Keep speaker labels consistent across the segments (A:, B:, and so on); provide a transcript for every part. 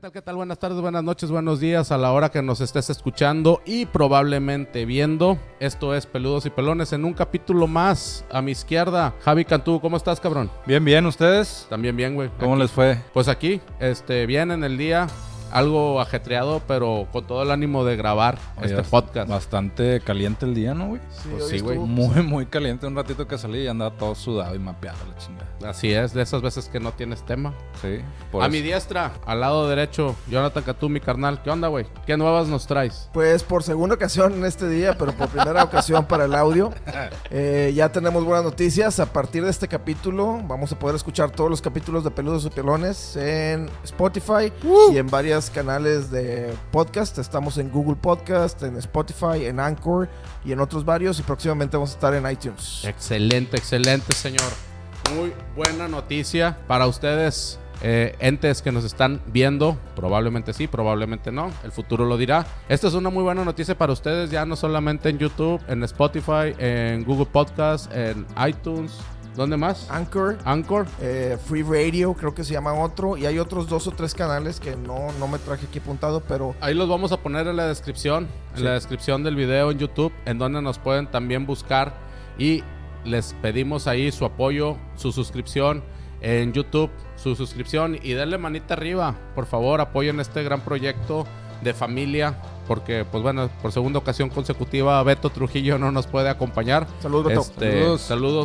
A: tal? ¿Qué tal? Buenas tardes, buenas noches, buenos días a la hora que nos estés escuchando y probablemente viendo. Esto es Peludos y Pelones en un capítulo más. A mi izquierda, Javi Cantú, ¿cómo estás, cabrón?
B: Bien, bien, ¿ustedes?
A: También bien, güey.
B: ¿Cómo les fue?
A: Pues aquí, este, bien en el día, algo ajetreado, pero con todo el ánimo de grabar
B: Oye,
A: este
B: bast-
A: podcast.
B: Bastante caliente el día, ¿no, güey?
A: Pues
C: hoy
A: sí, güey.
C: estuvo-
B: Muy, muy caliente. Un ratito que salí y andaba todo sudado y mapeado la chingada.
A: Así es, de esas veces que no tienes tema.
B: Sí,
A: a mi diestra, al lado derecho, Jonathan Cantú, mi carnal. ¿Qué onda, güey? ¿Qué nuevas nos traes?
C: Pues por segunda ocasión en este día, pero por primera ocasión para el audio, eh, ya tenemos buenas noticias. A partir de este capítulo vamos a poder escuchar todos los capítulos de Peludos y Pelones en Spotify y en varios canales de podcast. Estamos en Google Podcast, en Spotify, en Anchor y en otros varios y próximamente vamos a estar en iTunes.
A: Excelente, excelente, señor. Muy buena noticia para ustedes, eh, entes que nos están viendo. Probablemente sí, probablemente no. El futuro lo dirá. Esta es una muy buena noticia para ustedes, ya no solamente en YouTube, en Spotify, en Google Podcast, en iTunes. ¿Dónde más?
C: Anchor.
A: Anchor.
C: eh, Free Radio, creo que se llama otro, y hay otros dos o tres canales que no, no me traje aquí apuntado, pero
A: Ahí los vamos a poner en la descripción, en la descripción del video en YouTube, en donde nos pueden también buscar y les pedimos ahí su apoyo, su suscripción en YouTube, su suscripción y denle manita arriba, por favor, apoyen este gran proyecto de familia, porque pues bueno, por segunda ocasión consecutiva Beto Trujillo no nos puede acompañar.
C: saludos Beto.
A: Este, saludos.
B: Saludos.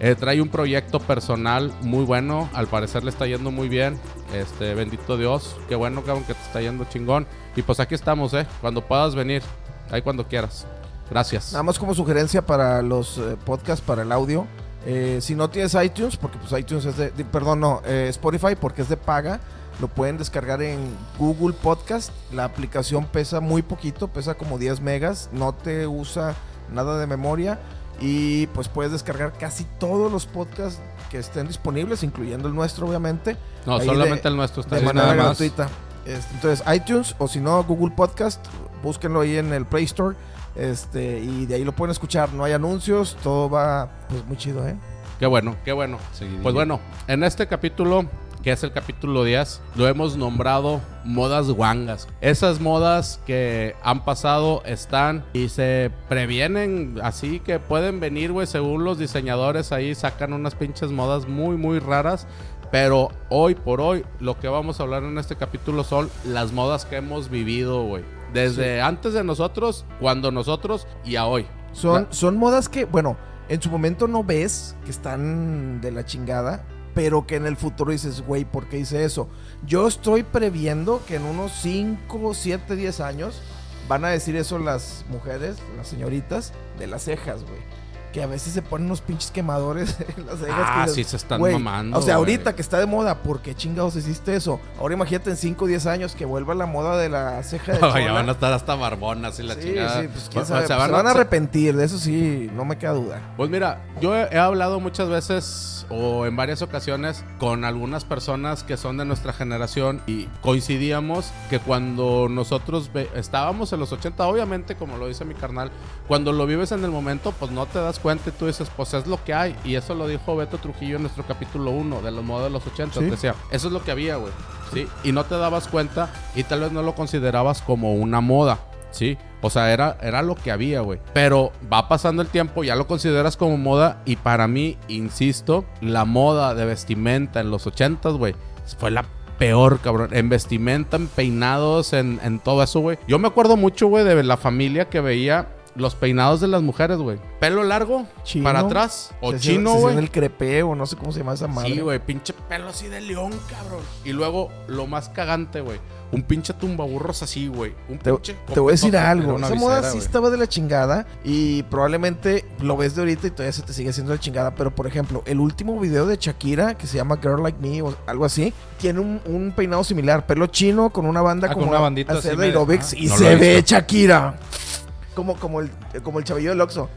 A: Eh, trae un proyecto personal muy bueno. Al parecer le está yendo muy bien. Este, bendito Dios. Qué bueno, cabrón, que te está yendo chingón. Y pues aquí estamos, eh. Cuando puedas venir. Ahí cuando quieras. Gracias.
C: Nada más como sugerencia para los eh, podcasts, para el audio. eh, si no tienes iTunes, porque pues iTunes es de, de- perdón, no, eh, Spotify porque es de paga, lo pueden descargar en Google Podcast. La aplicación pesa muy poquito, pesa como 10 megas, no te usa nada de memoria y pues puedes descargar casi todos los podcasts que estén disponibles, incluyendo el nuestro obviamente,
A: No,
C: ahí
A: solamente
C: de-
A: el nuestro está
C: de
A: ahí.
C: manera
B: nada más.
C: gratuita. Este, Entonces iTunes o si no Google Podcast, búsquenlo ahí en el Play Store. Este, y de ahí lo pueden escuchar, no hay anuncios, todo va pues muy chido, ¿eh?
A: Qué bueno, qué bueno. Pues bueno, en este capítulo, que es el capítulo 10, lo hemos nombrado modas guangas. Esas modas que han pasado están y se previenen, así que pueden venir, güey, según los diseñadores ahí sacan unas pinches modas muy, muy raras. Pero hoy por hoy, lo que vamos a hablar en este capítulo son las modas que hemos vivido, güey. Desde antes de nosotros, cuando nosotros y a hoy.
C: Son, son modas que, bueno, en su momento no ves que están de la chingada, pero que en el futuro dices, güey, ¿por qué hice eso? Yo estoy previendo que en unos 5, 7, 10 años van a decir eso las mujeres, las señoritas, de las cejas, güey. Que a veces se ponen unos pinches quemadores en las cejas.
A: Ah,
C: que
A: sí, se están
C: güey,
A: mamando.
C: O sea,
A: güey.
C: ahorita que está de moda, ¿por qué chingados hiciste eso? Ahora imagínate en 5 o 10 años que vuelva la moda de la ceja de
A: ya
C: chona.
A: van a estar hasta barbonas y la
C: sí,
A: chingada.
C: sí, pues,
A: O- o
C: quién sabe,
A: sea,
C: pues, se van a
A: se-
C: arrepentir, de eso sí, no me queda duda.
A: Pues mira, yo he, he hablado muchas veces o en varias ocasiones con algunas personas que son de nuestra generación y coincidíamos que cuando nosotros ve- estábamos en los 80, obviamente, como lo dice mi carnal, cuando lo vives en el momento, pues no te das cuenta y tú dices, pues es lo que hay. Y eso lo dijo Beto Trujillo en nuestro capítulo 1 de los modos de los 80.
C: Sí.
A: Decía, eso es lo que había, güey. Sí. Y no te dabas cuenta y tal vez no lo considerabas como una moda. Sí. O sea, era, era lo que había, güey. Pero va pasando el tiempo, ya lo consideras como moda. Y para mí, insisto, la moda de vestimenta en los 80, güey, fue la peor, cabrón. En vestimenta, en peinados, en, en todo eso, güey. Yo me acuerdo mucho, güey, de la familia que veía los peinados de las mujeres, güey. Pelo largo,
C: Chino.
A: para atrás, o
C: Se hacía-
A: chino,
C: se hacía
A: güey.
C: el crepeo, no sé cómo se llama esa madre.
A: Sí, güey, pinche pelo así de león, cabrón. Y luego, lo más cagante, güey. Un pinche tumbaburros así, güey. Un
C: Te,
A: pinche
C: te voy a decir
A: copetote,
C: algo.
A: pero una
C: Esa moda
A: visera,
C: sí
A: güey.
C: estaba de la chingada. Y probablemente lo ves de ahorita y todavía se te sigue haciendo la chingada. Pero por ejemplo, el último video de Shakira, que se llama Girl Like Me o algo así, tiene un, un peinado similar. Pelo chino con una banda
B: Ah, con
C: como
B: una bandita
C: hacer
B: así
C: de
B: medio-
C: aerobics
B: ah,
C: y
A: no lo he
C: se ve Shakira. Como, como, el, como el chavillo del Oxxo.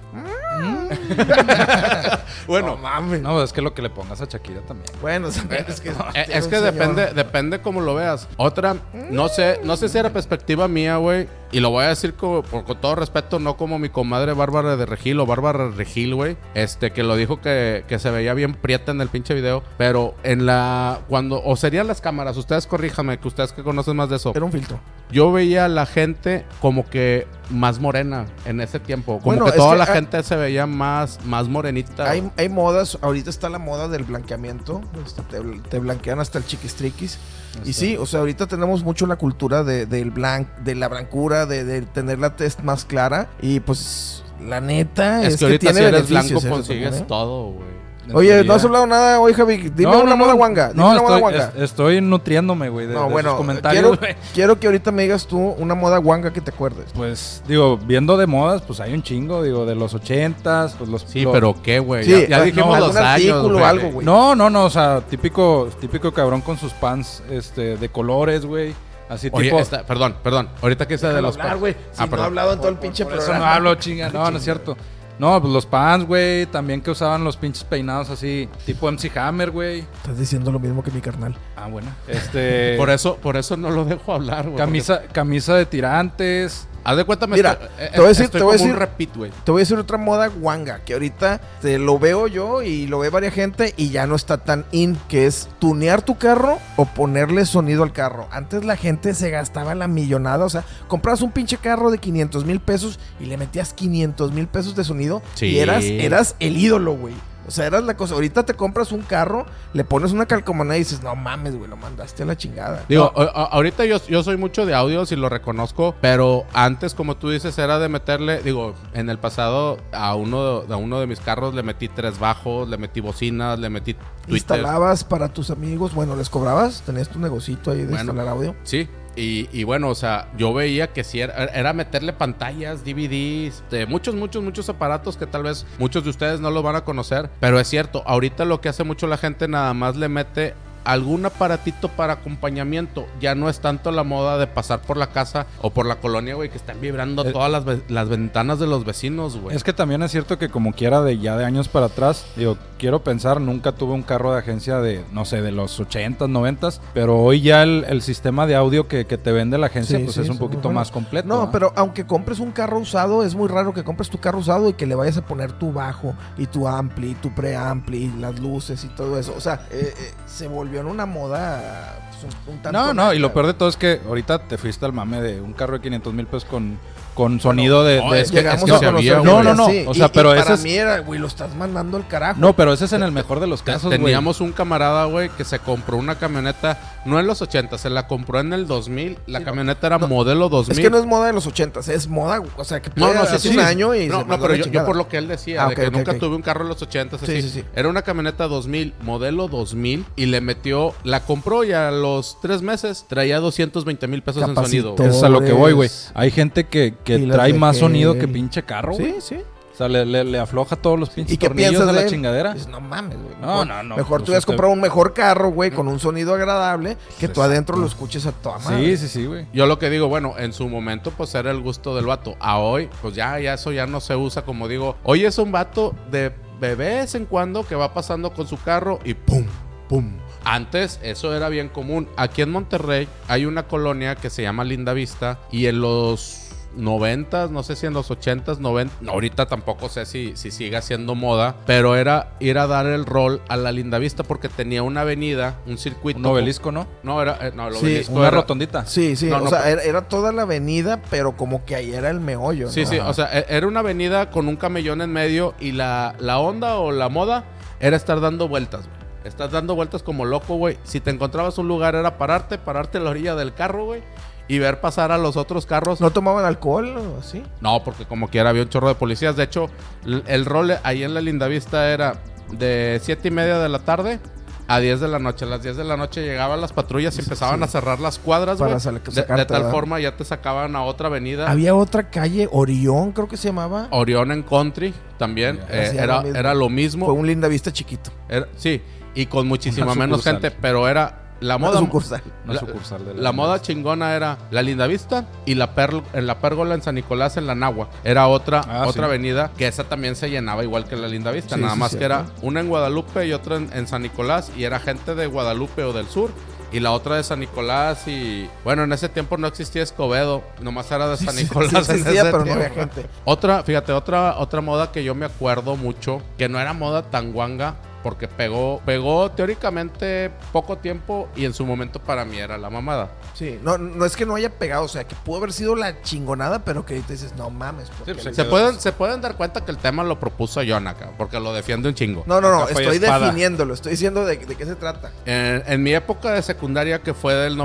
A: Bueno,
C: No mames.
B: No, es que lo que le pongas a Shakira también.
C: Bueno, es que,
A: Eh, Es que depende, depende cómo lo veas. Otra, no sé, no sé si era perspectiva mía, güey, y lo voy a decir como- por- con todo respeto, no como mi comadre Bárbara de Regil o Bárbara Regil, güey, este, que lo dijo que, que se veía bien prieta en el pinche video, pero en la, cuando, o serían las cámaras, ustedes corríjame, que ustedes que conocen más de eso,
C: Era un filtro.
A: yo veía a la gente como que más morena en ese tiempo, como
C: Bueno,
A: que
C: es
A: toda
C: que
A: la
C: hay-
A: gente se veía más, más morenita.
C: Hay, hay modas, ahorita está la moda del blanqueamiento, este, te, bl- te blanquean hasta el chiquistriquis. Y sí, o sea, ahorita tenemos mucho la cultura de, del blan- de la blancura, de, de tener la test más clara. Y pues, la neta,
A: es,
C: es,
A: que ahorita si
C: tiene
A: eres blanco
C: beneficios, ¿eh?
A: consigues
C: También, ¿eh?
A: todo, güey.
B: En
C: Oye, no
B: teoría.
C: has hablado nada hoy, Javi. Dime
B: No,
C: una
B: no,
C: moda
B: no.
C: guanga. Dime
B: No,
C: una moda
B: estoy,
C: guanga.
B: es- estoy nutriéndome, güey, de,
C: no,
B: de
C: bueno,
B: sus
C: quiero,
B: comentarios, güey.
C: quiero que ahorita me digas tú una moda guanga que te acuerdes.
B: Pues, digo, viendo de modas, pues hay un chingo, digo, de los ochentas, pues los...
A: Sí,
B: lo-
A: pero qué, güey.
C: Sí,
A: ya, ya
C: no,
A: dijimos
C: algún
A: los años,
C: artículo o
A: güey.
C: algo, güey.
B: No, no, no, o sea, típico, típico cabrón con sus pants, este, de colores, güey. Así
A: Oye,
B: tipo...
A: está- perdón, perdón. Ahorita que sea de
C: Déjalo
A: los
C: hablar,
A: pa-
C: güey. Si
A: Ah,
C: no ha
A: perdón.
C: hablado en todo el
B: Por-
C: pinche
B: por eso
C: programa.
B: no hablo, chinga. No, no es cierto. No, pues los pants, güey. También que usaban los pinches peinados así, tipo MC Hammer, güey.
C: Estás diciendo lo mismo que mi carnal.
B: Ah, bueno. Este.
A: Por eso, por eso no lo dejo hablar, güey.
B: camisa, camisa de tirantes.
A: porque- Haz de cuenta, me
C: Mira,
A: estoy- eh,
C: te voy a decir-
A: estoy
C: te voy a
A: como un
C: decir-
A: repeat, güey.
C: Te voy a decir otra moda guanga, que ahorita te lo veo yo y lo ve varias gente y ya no está tan in, que es tunear tu carro o ponerle sonido al carro. Antes la gente se gastaba la millonada, o sea, comprabas un pinche carro de 500 mil pesos y le metías 500 mil pesos de sonido
A: Sí.
C: y eras, eras el ídolo, güey. O sea, eras la cosa. Ahorita te compras un carro, le pones una calcomanía y dices, no mames, güey, lo mandaste a la chingada.
A: Digo, a- a- ahorita yo, yo soy mucho de audios y lo reconozco, pero antes, como tú dices, era de meterle, digo, en el pasado a uno, de- a uno de mis carros le metí tres bajos, le metí bocinas, le metí Twitter.
C: Instalabas para tus amigos, bueno, les cobrabas, tenías tu negocito ahí de
A: Bueno.
C: instalar audio.
A: Sí. Y, y bueno, o sea, yo veía que sí era, era meterle pantallas, DVDs, de este, muchos, muchos, muchos aparatos que tal vez muchos de ustedes no lo van a conocer. Pero es cierto, ahorita lo que hace mucho la gente nada más le mete algún aparatito para acompañamiento. Ya no es tanto la moda de pasar por la casa o por la colonia, güey, que están vibrando
B: Eh,
A: todas las, ve- las ventanas de los vecinos, güey.
B: Es que también es cierto que como quiera de ya de años para atrás, digo, quiero pensar, nunca tuve un carro de agencia de, no sé, de los 80s, 90s, pero hoy ya el, el sistema de audio que, que te vende la agencia
C: Sí,
B: pues
C: sí,
B: es un
C: sí,
B: poquito
C: bueno.
B: más completo.
C: No,
B: ¿ah?
C: pero aunque compres un carro usado, es muy raro que compres tu carro usado y que le vayas a poner tu bajo y tu ampli, y tu preampli, y las luces y todo eso. O sea, eh, eh, se volvió en una moda pues, un, un tanto
B: No, no, y lo
C: naca.
B: peor de todo es que ahorita te fuiste al mame de un carro de 500 mil pesos con, con sonido de...
A: no,
B: de-
A: es que-
C: Llegamos
A: se
C: a conocer
A: había,
C: gente
A: güey.
B: No, no, no,
C: así.
B: o sea,
C: Y- y
B: pero
C: para
B: ese es-
C: mí era, güey, lo estás mandando al carajo.
B: No, pero ese es en el mejor de los casos, güey.
A: Teníamos un camarada, güey, que se compró una camioneta, no en los 80, se la compró en el 2000. La
C: Sí, no.
A: camioneta era
C: No.
A: modelo 2000.
C: es que no es moda de los ochentas, es moda, o sea, que
A: No,
C: puede
A: no, sí,
C: hace
A: sí.
C: un año y
A: No, no,
C: se mandó
A: pero
C: la
A: yo,
C: chingada.
A: yo por lo que él decía,
C: Ah,
A: de
C: ok,
A: que
C: ok,
A: nunca
C: ok.
A: tuve un carro en los 80,
C: Sí,
A: así.
C: sí, sí.
A: Era una camioneta 2000, modelo 2000, y le metió, la compró y a los tres meses traía 220 mil pesos en sonido.
C: Capacitó.
A: güey.
B: Es a lo que voy, güey.
C: Torres.
B: Hay gente que, que
C: Pilas
B: trae
C: de
B: más
C: gel.
B: sonido que pinche carro, güey.
C: Sí, sí.
B: O sea, le, le- le afloja todos los pinches
C: ¿Y qué
B: tornillos
C: piensas
B: a
C: de
B: la
C: él?
B: chingadera.
C: Dices, no mames, güey.
B: No,
C: Mejor-
B: no, no,
C: Mejor
B: pues,
C: tú hubieras
B: usted-
C: comprado un mejor carro, güey, con un sonido agradable, que tú adentro lo escuches a toda
B: Sí,
C: madre.
B: sí, sí, güey.
A: Yo lo que digo, bueno, en su momento pues era el gusto del vato. A hoy, pues ya, ya eso ya no se usa, como digo. Hoy es un vato de, de vez en cuando que va pasando con su carro y pum, pum. Antes eso era bien común. Aquí en Monterrey hay una colonia que se llama Linda Vista y en los 90, no sé si en los 80, 90, no, ahorita tampoco sé si, si sigue siendo moda, pero era ir a dar el rol a la Linda Vista porque tenía una avenida, un circuito.
B: Un obelisco, ¿no?
A: No, era, eh, no, el
C: Sí,
A: obelisco
B: Una
A: era-
B: rotondita.
C: Sí, sí,
A: No,
C: o
A: no,
C: sea,
A: pero-
C: era, era toda la avenida, pero como que ahí era el meollo.
A: Sí,
C: ¿no?
A: sí,
C: Ajá.
A: o sea, e- era una avenida con un camellón en medio y la, la onda o la moda era estar dando vueltas, güey. Estás dando vueltas como loco, güey. Si te encontrabas un lugar era pararte, pararte a la orilla del carro, güey, y ver pasar a los otros carros. No,
C: ¿No tomaban alcohol o así?
A: porque como quiera había un chorro de policías. De hecho, l- el rol ahí en la Linda Vista era de siete y media de la tarde a 10 de la noche. A las 10 de la noche llegaban las patrullas y empezaban
C: sí.
A: a cerrar las cuadras,
C: Para
A: güey.
C: saca-
A: De,
C: sacarte,
A: de tal
C: ¿verdad?
A: forma ya te sacaban a otra avenida.
C: Había otra calle, Orión, creo que se llamaba.
A: Orión en Country también
B: Ya.
A: eh,
C: Hacía
A: era,
C: Ah, lo mismo.
A: era lo mismo.
C: Fue un linda vista chiquito.
A: Era- sí, y con muchísima
B: Una
A: menos
B: sucursal.
A: gente, pero era la moda.
C: Una sucursal.
B: Una
A: la-
B: sucursal de
A: La moda chingona era la Linda Vista y la, Perl- en la pérgola en San Nicolás en la Nahua. Era otra,
B: Ah,
A: otra
B: sí.
A: avenida que esa también se llenaba igual que la Linda Vista.
C: Sí,
A: nada
C: sí,
A: más que
C: cierto.
A: era una en Guadalupe y otra en, en San Nicolás y era gente de Guadalupe o del sur y la otra de San Nicolás y bueno, en ese tiempo no existía Escobedo, nomás era de San Nicolás.
C: Sí
A: en
C: existía,
A: ese
C: pero no
A: tiempo.
C: había gente.
A: Otra, fíjate, otra, otra moda que yo me acuerdo mucho, que no era moda tan guanga, porque pegó, pegó teóricamente poco tiempo y en su momento para mí era la mamada.
C: Sí, no, no es que no haya pegado, o sea, que pudo haber sido la chingonada, pero que te dices, no mames. ¿por
B: Sí,
C: qué
B: pues,
C: le-
A: Se pueden, se pueden dar cuenta que el tema lo propuso John acá, porque lo defiende un chingo.
C: No, no, no,
B: Capa y
C: estoy
B: espada.
C: definiéndolo, estoy diciendo de, de qué se trata.
A: En, en mi época de secundaria, que fue del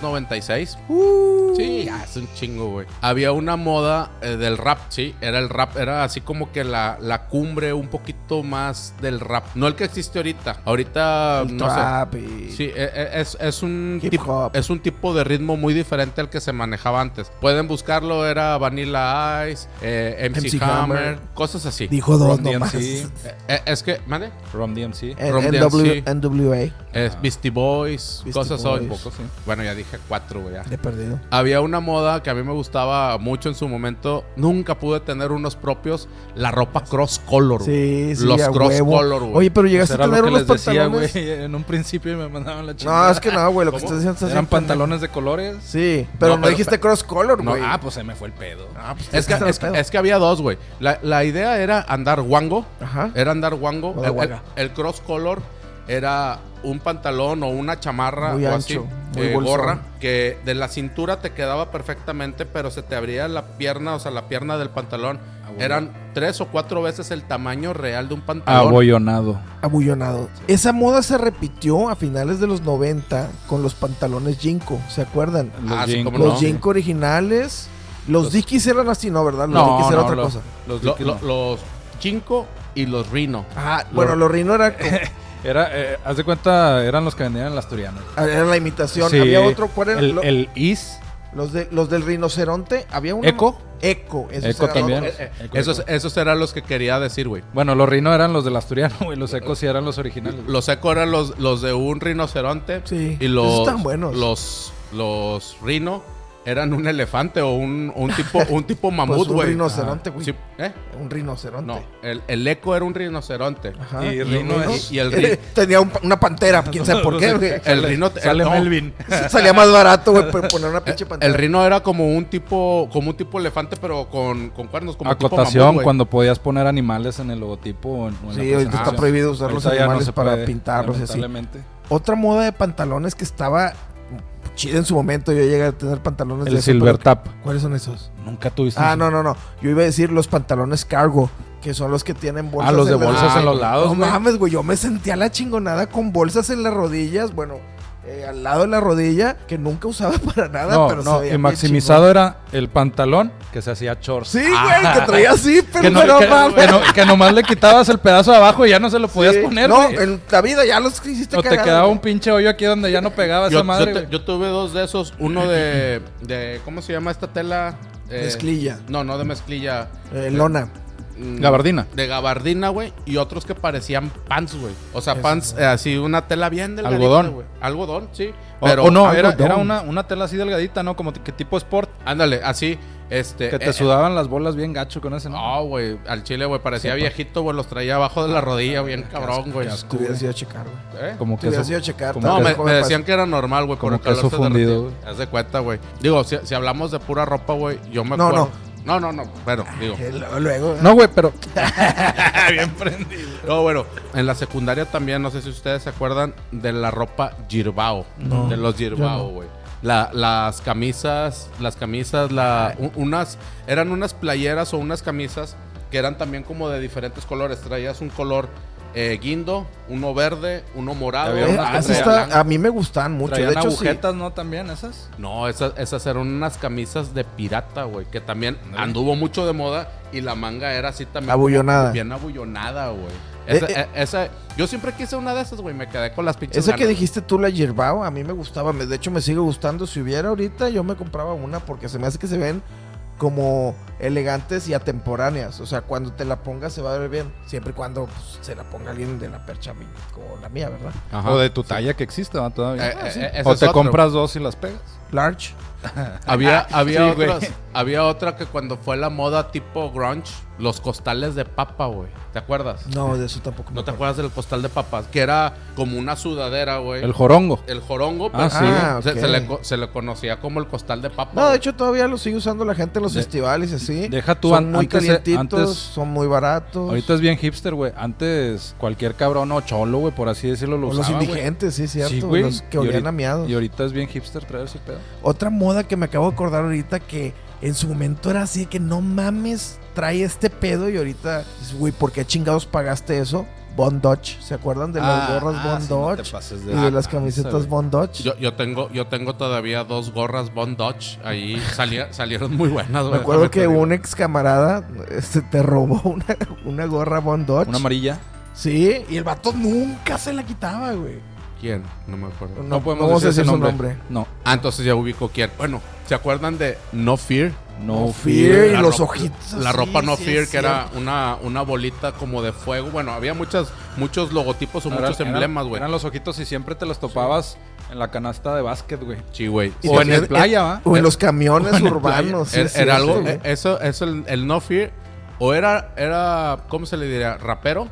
A: 93-96,
C: Uh,
A: sí, ya es un chingo, güey. Había una moda eh, del rap, sí, era el rap, era así como que la, la cumbre un poquito más del rap. No el que existe ahorita, ahorita ah,
C: El
A: no sé.
C: trap y-
A: Sí, e- e- es, es un
C: Hip
A: tipo,
C: hop.
A: es un tipo de ritmo muy diferente al que se manejaba antes. Pueden buscarlo, era Vanilla Ice, eh, MC,
C: MC
A: Hammer,
C: Hammer,
A: cosas así.
C: Dijo Ah. dos
B: Run
C: nomás.
B: DMC.
A: Eh, eh, es que, ¿mane?
B: Rom DMC.
C: En-
A: Rom
C: NW
A: DMC.
C: NWA,
A: Es
B: Ah.
A: Beastie Boys,
C: Beastie
A: cosas
C: Boys.
A: hoy.
B: Poco, sí.
A: Bueno, ya dije cuatro, güey. ya.
C: de perdido.
A: Había una moda que a mí me gustaba mucho en su momento. Nunca pude tener unos propios. La ropa cross color.
C: Sí, sí,
A: Los
C: a
A: cross
C: huevo.
A: color, güey.
C: Oye, pero llegaste a
B: Era
C: tener
B: lo que
C: unos
B: les decía,
C: pantalones.
B: güey. En un principio y me mandaban la chingada.
C: no, es que no, güey, lo que
A: ¿Cómo?
C: estás
B: Eran
C: diciendo bien pendejo.
B: pantalones de colores.
C: Sí, pero
A: No,
C: no,
A: pero-
C: dijiste cross color,
B: No,
C: güey.
B: ah, pues se me fue el pedo.
C: Ah, pues,
A: Es que,
C: estás
A: es, que-
C: pedo.
A: es que había dos, güey. La, la idea era andar guango.
C: Ajá.
A: Era andar guango.
C: Moda
A: El, el-
C: guanga.
A: el cross color era un pantalón o una chamarra
C: Muy
A: o
C: ancho,
A: así,
C: muy
A: eh,
C: bolsón.
A: gorra, que de la cintura te quedaba perfectamente, pero se te abría la pierna, o sea, la pierna del pantalón.
C: Ah,
B: bueno.
A: Eran tres o cuatro veces el tamaño real de un pantalón.
B: Ah, Abollonado.
C: Abullonado. Esa moda se repitió a finales de los 90 con los pantalones Jinko, ¿se acuerdan?
B: Los
A: Ah, sí,
B: jeans.
A: cómo no.
C: Los Jinko originales. Los, Dickies eran así, ¿no? ¿Verdad? Los
B: No,
C: Dickies era
B: no,
C: otra
B: los-
C: cosa.
B: los
A: Lo-
B: Dickies
A: lo-
B: no.
A: los Jinko y los Rino.
C: Ah, bueno, los Rino era, como-
B: Era, eh, haz de cuenta, eran los que vendían en las Asturianas.
C: Ah, era la imitación.
B: Sí.
C: Había otro, ¿cuál era?
B: El,
C: Lo-
B: el Is.
C: los, de, los del rinoceronte. Había uno.
B: ¿Eco?
C: Eco. esos
B: Eco
C: eran
B: también.
C: otros.
A: Eh, eh,
B: Eco,
A: esos,
B: eco.
A: esos eran los que quería decir, güey.
B: Bueno, los Rino eran los del Asturiano, güey. Los Ecos sí eran los originales.
A: Los eco eran los, los de un rinoceronte.
C: Sí,
A: Y los,
C: esos están buenos.
A: los los rino eran un elefante o un, un tipo un tipo mamut,
C: Pues un
A: güey.
C: rinoceronte, güey.
A: Sí, ¿eh?
C: Un rinoceronte.
A: No, el, el eco era un rinoceronte.
C: Ajá.
B: Y Rino es-
A: y el Rino.
C: Tenía un pa- una pantera, quién sabe por qué, güey.
A: El rino el-
B: Sale
A: no,
B: Melvin.
C: Salía más barato, güey, por poner una pinche
A: el-
C: pantera.
A: El rino era como un tipo como un tipo elefante pero con, con cuernos como tipo
B: Acotación,
A: mamut, güey.
B: cuando podías poner animales en el logotipo. o en- o en la
C: Sí, ahorita está
B: presentación.
C: prohibido usar los
B: Ahorita ya no
C: animales
B: se
C: para
B: puede,
C: pintarlos y así.
B: lamentablemente.
C: Otra moda de pantalones que estaba chida en su momento. Yo llegué a tener pantalones de
B: El
C: eso, pero
B: Silver Tap.
C: que- ¿Cuáles son esos?
B: Nunca tuviste.
C: Ah,
B: un-
C: no, no, no. Yo iba a decir los pantalones cargo, que son los que tienen bolsas.
B: Ah, los de
C: en la-
B: bolsas
A: Ah,
B: en los
A: no
B: lados.
C: No
B: güey.
C: mames, güey. Yo me sentía la chingonada con bolsas en las rodillas. Bueno, eh, al lado de la rodilla, que nunca usaba para nada,
B: No,
C: Ah, pero se
B: no,
C: veía
B: y
C: bien
B: maximizado era el pantalón que se hacía shorts.
C: chingón. Sí, güey, que traía así, pero
B: que, no,
C: pero
B: que-
C: mames.
B: que no- que nomás le quitabas el pedazo de abajo y ya no se lo podías
C: Sí,
B: poner.
C: No,
B: güey.
C: en la vida ya los que hiciste
B: o te
C: cagado,
B: quedaba
C: güey.
B: un pinche hoyo aquí donde ya no pegaba
A: Yo,
B: esa madre.
A: yo te-
B: güey.
A: yo tuve dos de esos, uno de, de- ¿cómo se llama esta tela? Eh,
C: Mezclilla.
B: Mm,
A: No, no de mezclilla.
C: Eh, lona.
A: mm,
B: Gabardina.
A: De gabardina, güey, y otros que parecían pants, güey. O sea, pants, eh, así una tela bien delgadita,
B: Algodón.
A: güey. Algodón, sí.
B: O, o no,
A: algo-
B: era, era
C: algodón.
B: una, una tela así delgadita, ¿no? Como t- que tipo sport.
A: Ándale, así, este...
B: Que
A: eh,
B: te
A: eh,
B: sudaban las bolas bien gacho con ese, ¿no?
A: No, güey, al chile, güey, parecía viejito, güey, los traía abajo
B: Ah,
A: de la rodilla, bien cabrón,
B: pues,
A: güey.
C: Te hubieras ido a checar, güey.
A: ¿Eh?
B: Como
C: Te
B: que
C: hubieras
B: eso-
C: ido a checar.
B: como
A: No,
B: que
A: me,
B: eso-
A: me decían que era normal, güey, por
B: como
A: el
B: que
A: calor
B: eso
A: se
B: fundido,
A: derretía.
B: güey.
A: Haz de cuenta, güey. Digo, si, si hablamos de pura ropa, güey, yo me
C: No,
A: acuerdo... No, no, no, bueno,
B: Ah,
A: digo...
C: Eh, lo- Luego.
B: No, güey, pero
A: No, bueno, en la secundaria también, no sé si ustedes se acuerdan de la ropa girbao.
C: No,
A: de los
C: yo
A: girbao,
C: no.
A: güey. La- las camisas, las camisas, la, u- unas, eran unas playeras o unas camisas que eran también como de diferentes colores. Traías un color eh, guindo, uno verde, uno morado.
B: Había
C: Eh,
B: unas
A: uno
C: ah,
B: que
C: sí
A: traía
C: está-
A: blanco.
C: a mí me gustan mucho. De
B: traían
C: hecho, sí.
B: agujetas, ¿no? También esas.
A: No, esas, esas eran unas camisas de pirata, güey, que también anduvo mucho de moda y la manga era así también. como
C: Abullonada.
A: Bien abullonada, güey.
C: Eh,
A: Esa,
C: eh.
A: e- esa- yo siempre quise una de esas, güey, me quedé con las pinches.
C: Esa que
A: ganas.
C: dijiste tú, la Yerbao, a mí me gustaba. me- De hecho, me sigue gustando. Si hubiera ahorita, yo me compraba una porque se me hace que se ven como elegantes y atemporáneas. O sea, cuando te la pongas se va a ver bien. Siempre y cuando pues, se la ponga alguien de la percha mi- como la mía, ¿verdad?
A: Ajá.
B: O de tu talla que exista ¿va? todavía.
C: Ah,
A: Eh, eh, eh, ese
B: o
A: es
B: te
A: otro. Ah,
B: compras dos y las pegas.
C: Large.
A: Había, había,
B: Sí, güey.
A: otras- había otra que cuando fue la moda tipo grunge, los costales de papa, güey. ¿Te acuerdas?
C: No, de eso tampoco. me
A: ¿No te
C: acuerdo.
A: acuerdas del costal de papas? Que era como una sudadera, güey.
B: El jorongo.
A: El jorongo,
B: Ah,
A: pero
B: sí.
C: Ah,
A: se,
C: ok.
A: se le, co- se le conocía como el costal de papa.
C: No, de
A: güey.
C: hecho todavía lo sigue usando la gente en los
B: De-
C: festivales y así.
B: deja tú,
C: son
B: an-
C: muy
B: antes- eh,
C: calientitos,
B: antes-
C: son muy baratos.
B: Ahorita es bien hipster, güey. Antes cualquier cabrón o cholo, güey, por así decirlo, lo
C: O
B: usaba,
C: los
B: güey.
C: indigentes, sí, cierto.
B: Sí, güey.
C: Los que
B: Y
C: olían
B: ahorita-
C: a miados.
B: Y ahorita es bien hipster traer ese pedo.
C: Otra moda que me acabo de acordar ahorita que en su momento era así que no mames, trae este pedo y ahorita, dices, güey, ¿por qué chingados pagaste eso? Bon Dodge, ¿se acuerdan de las
A: Ah,
C: gorras Bon Dodge? y de las camisetas Bon Dodge.
A: Yo, yo tengo, yo tengo todavía dos gorras Bon Dodge. Ahí sali- salieron muy buenas, güey.
C: me acuerdo que
A: Déjame te digo.
C: un ex camarada este, te robó una, una gorra Bon Dodge.
B: Una amarilla.
C: Sí, y el vato nunca se la quitaba, güey.
A: ¿Quién? No me acuerdo.
B: No, podemos
C: vamos a
B: decir,
C: decir
B: ese
C: su
B: nombre.
C: nombre.
B: No.
A: Ah, entonces ya ubico quién. Bueno, ¿se acuerdan de No Fear?
B: No
C: fear.
B: fear.
C: Y
A: La
C: los
A: ropa-
C: ojitos.
A: La
C: sí,
A: ropa No
C: sí,
A: Fear,
C: es
A: que era una, una bolita como de fuego. Bueno, había muchas, muchos logotipos o
B: Eran-
A: muchos
B: eran-
A: emblemas, güey.
B: Eran los ojitos y siempre te los topabas en la canasta de básquet, güey.
A: Sí, güey.
C: Y
A: O en
C: también-
A: el-
B: Playa, ¿va?
C: O en los camiones
B: en el
C: urbanos. sí,
A: era,
C: es
A: era
C: cierto,
A: algo,
C: güey.
A: eh, eso, eso el, el No Fear, o era, era, ¿cómo se le diría? ¿Rapero?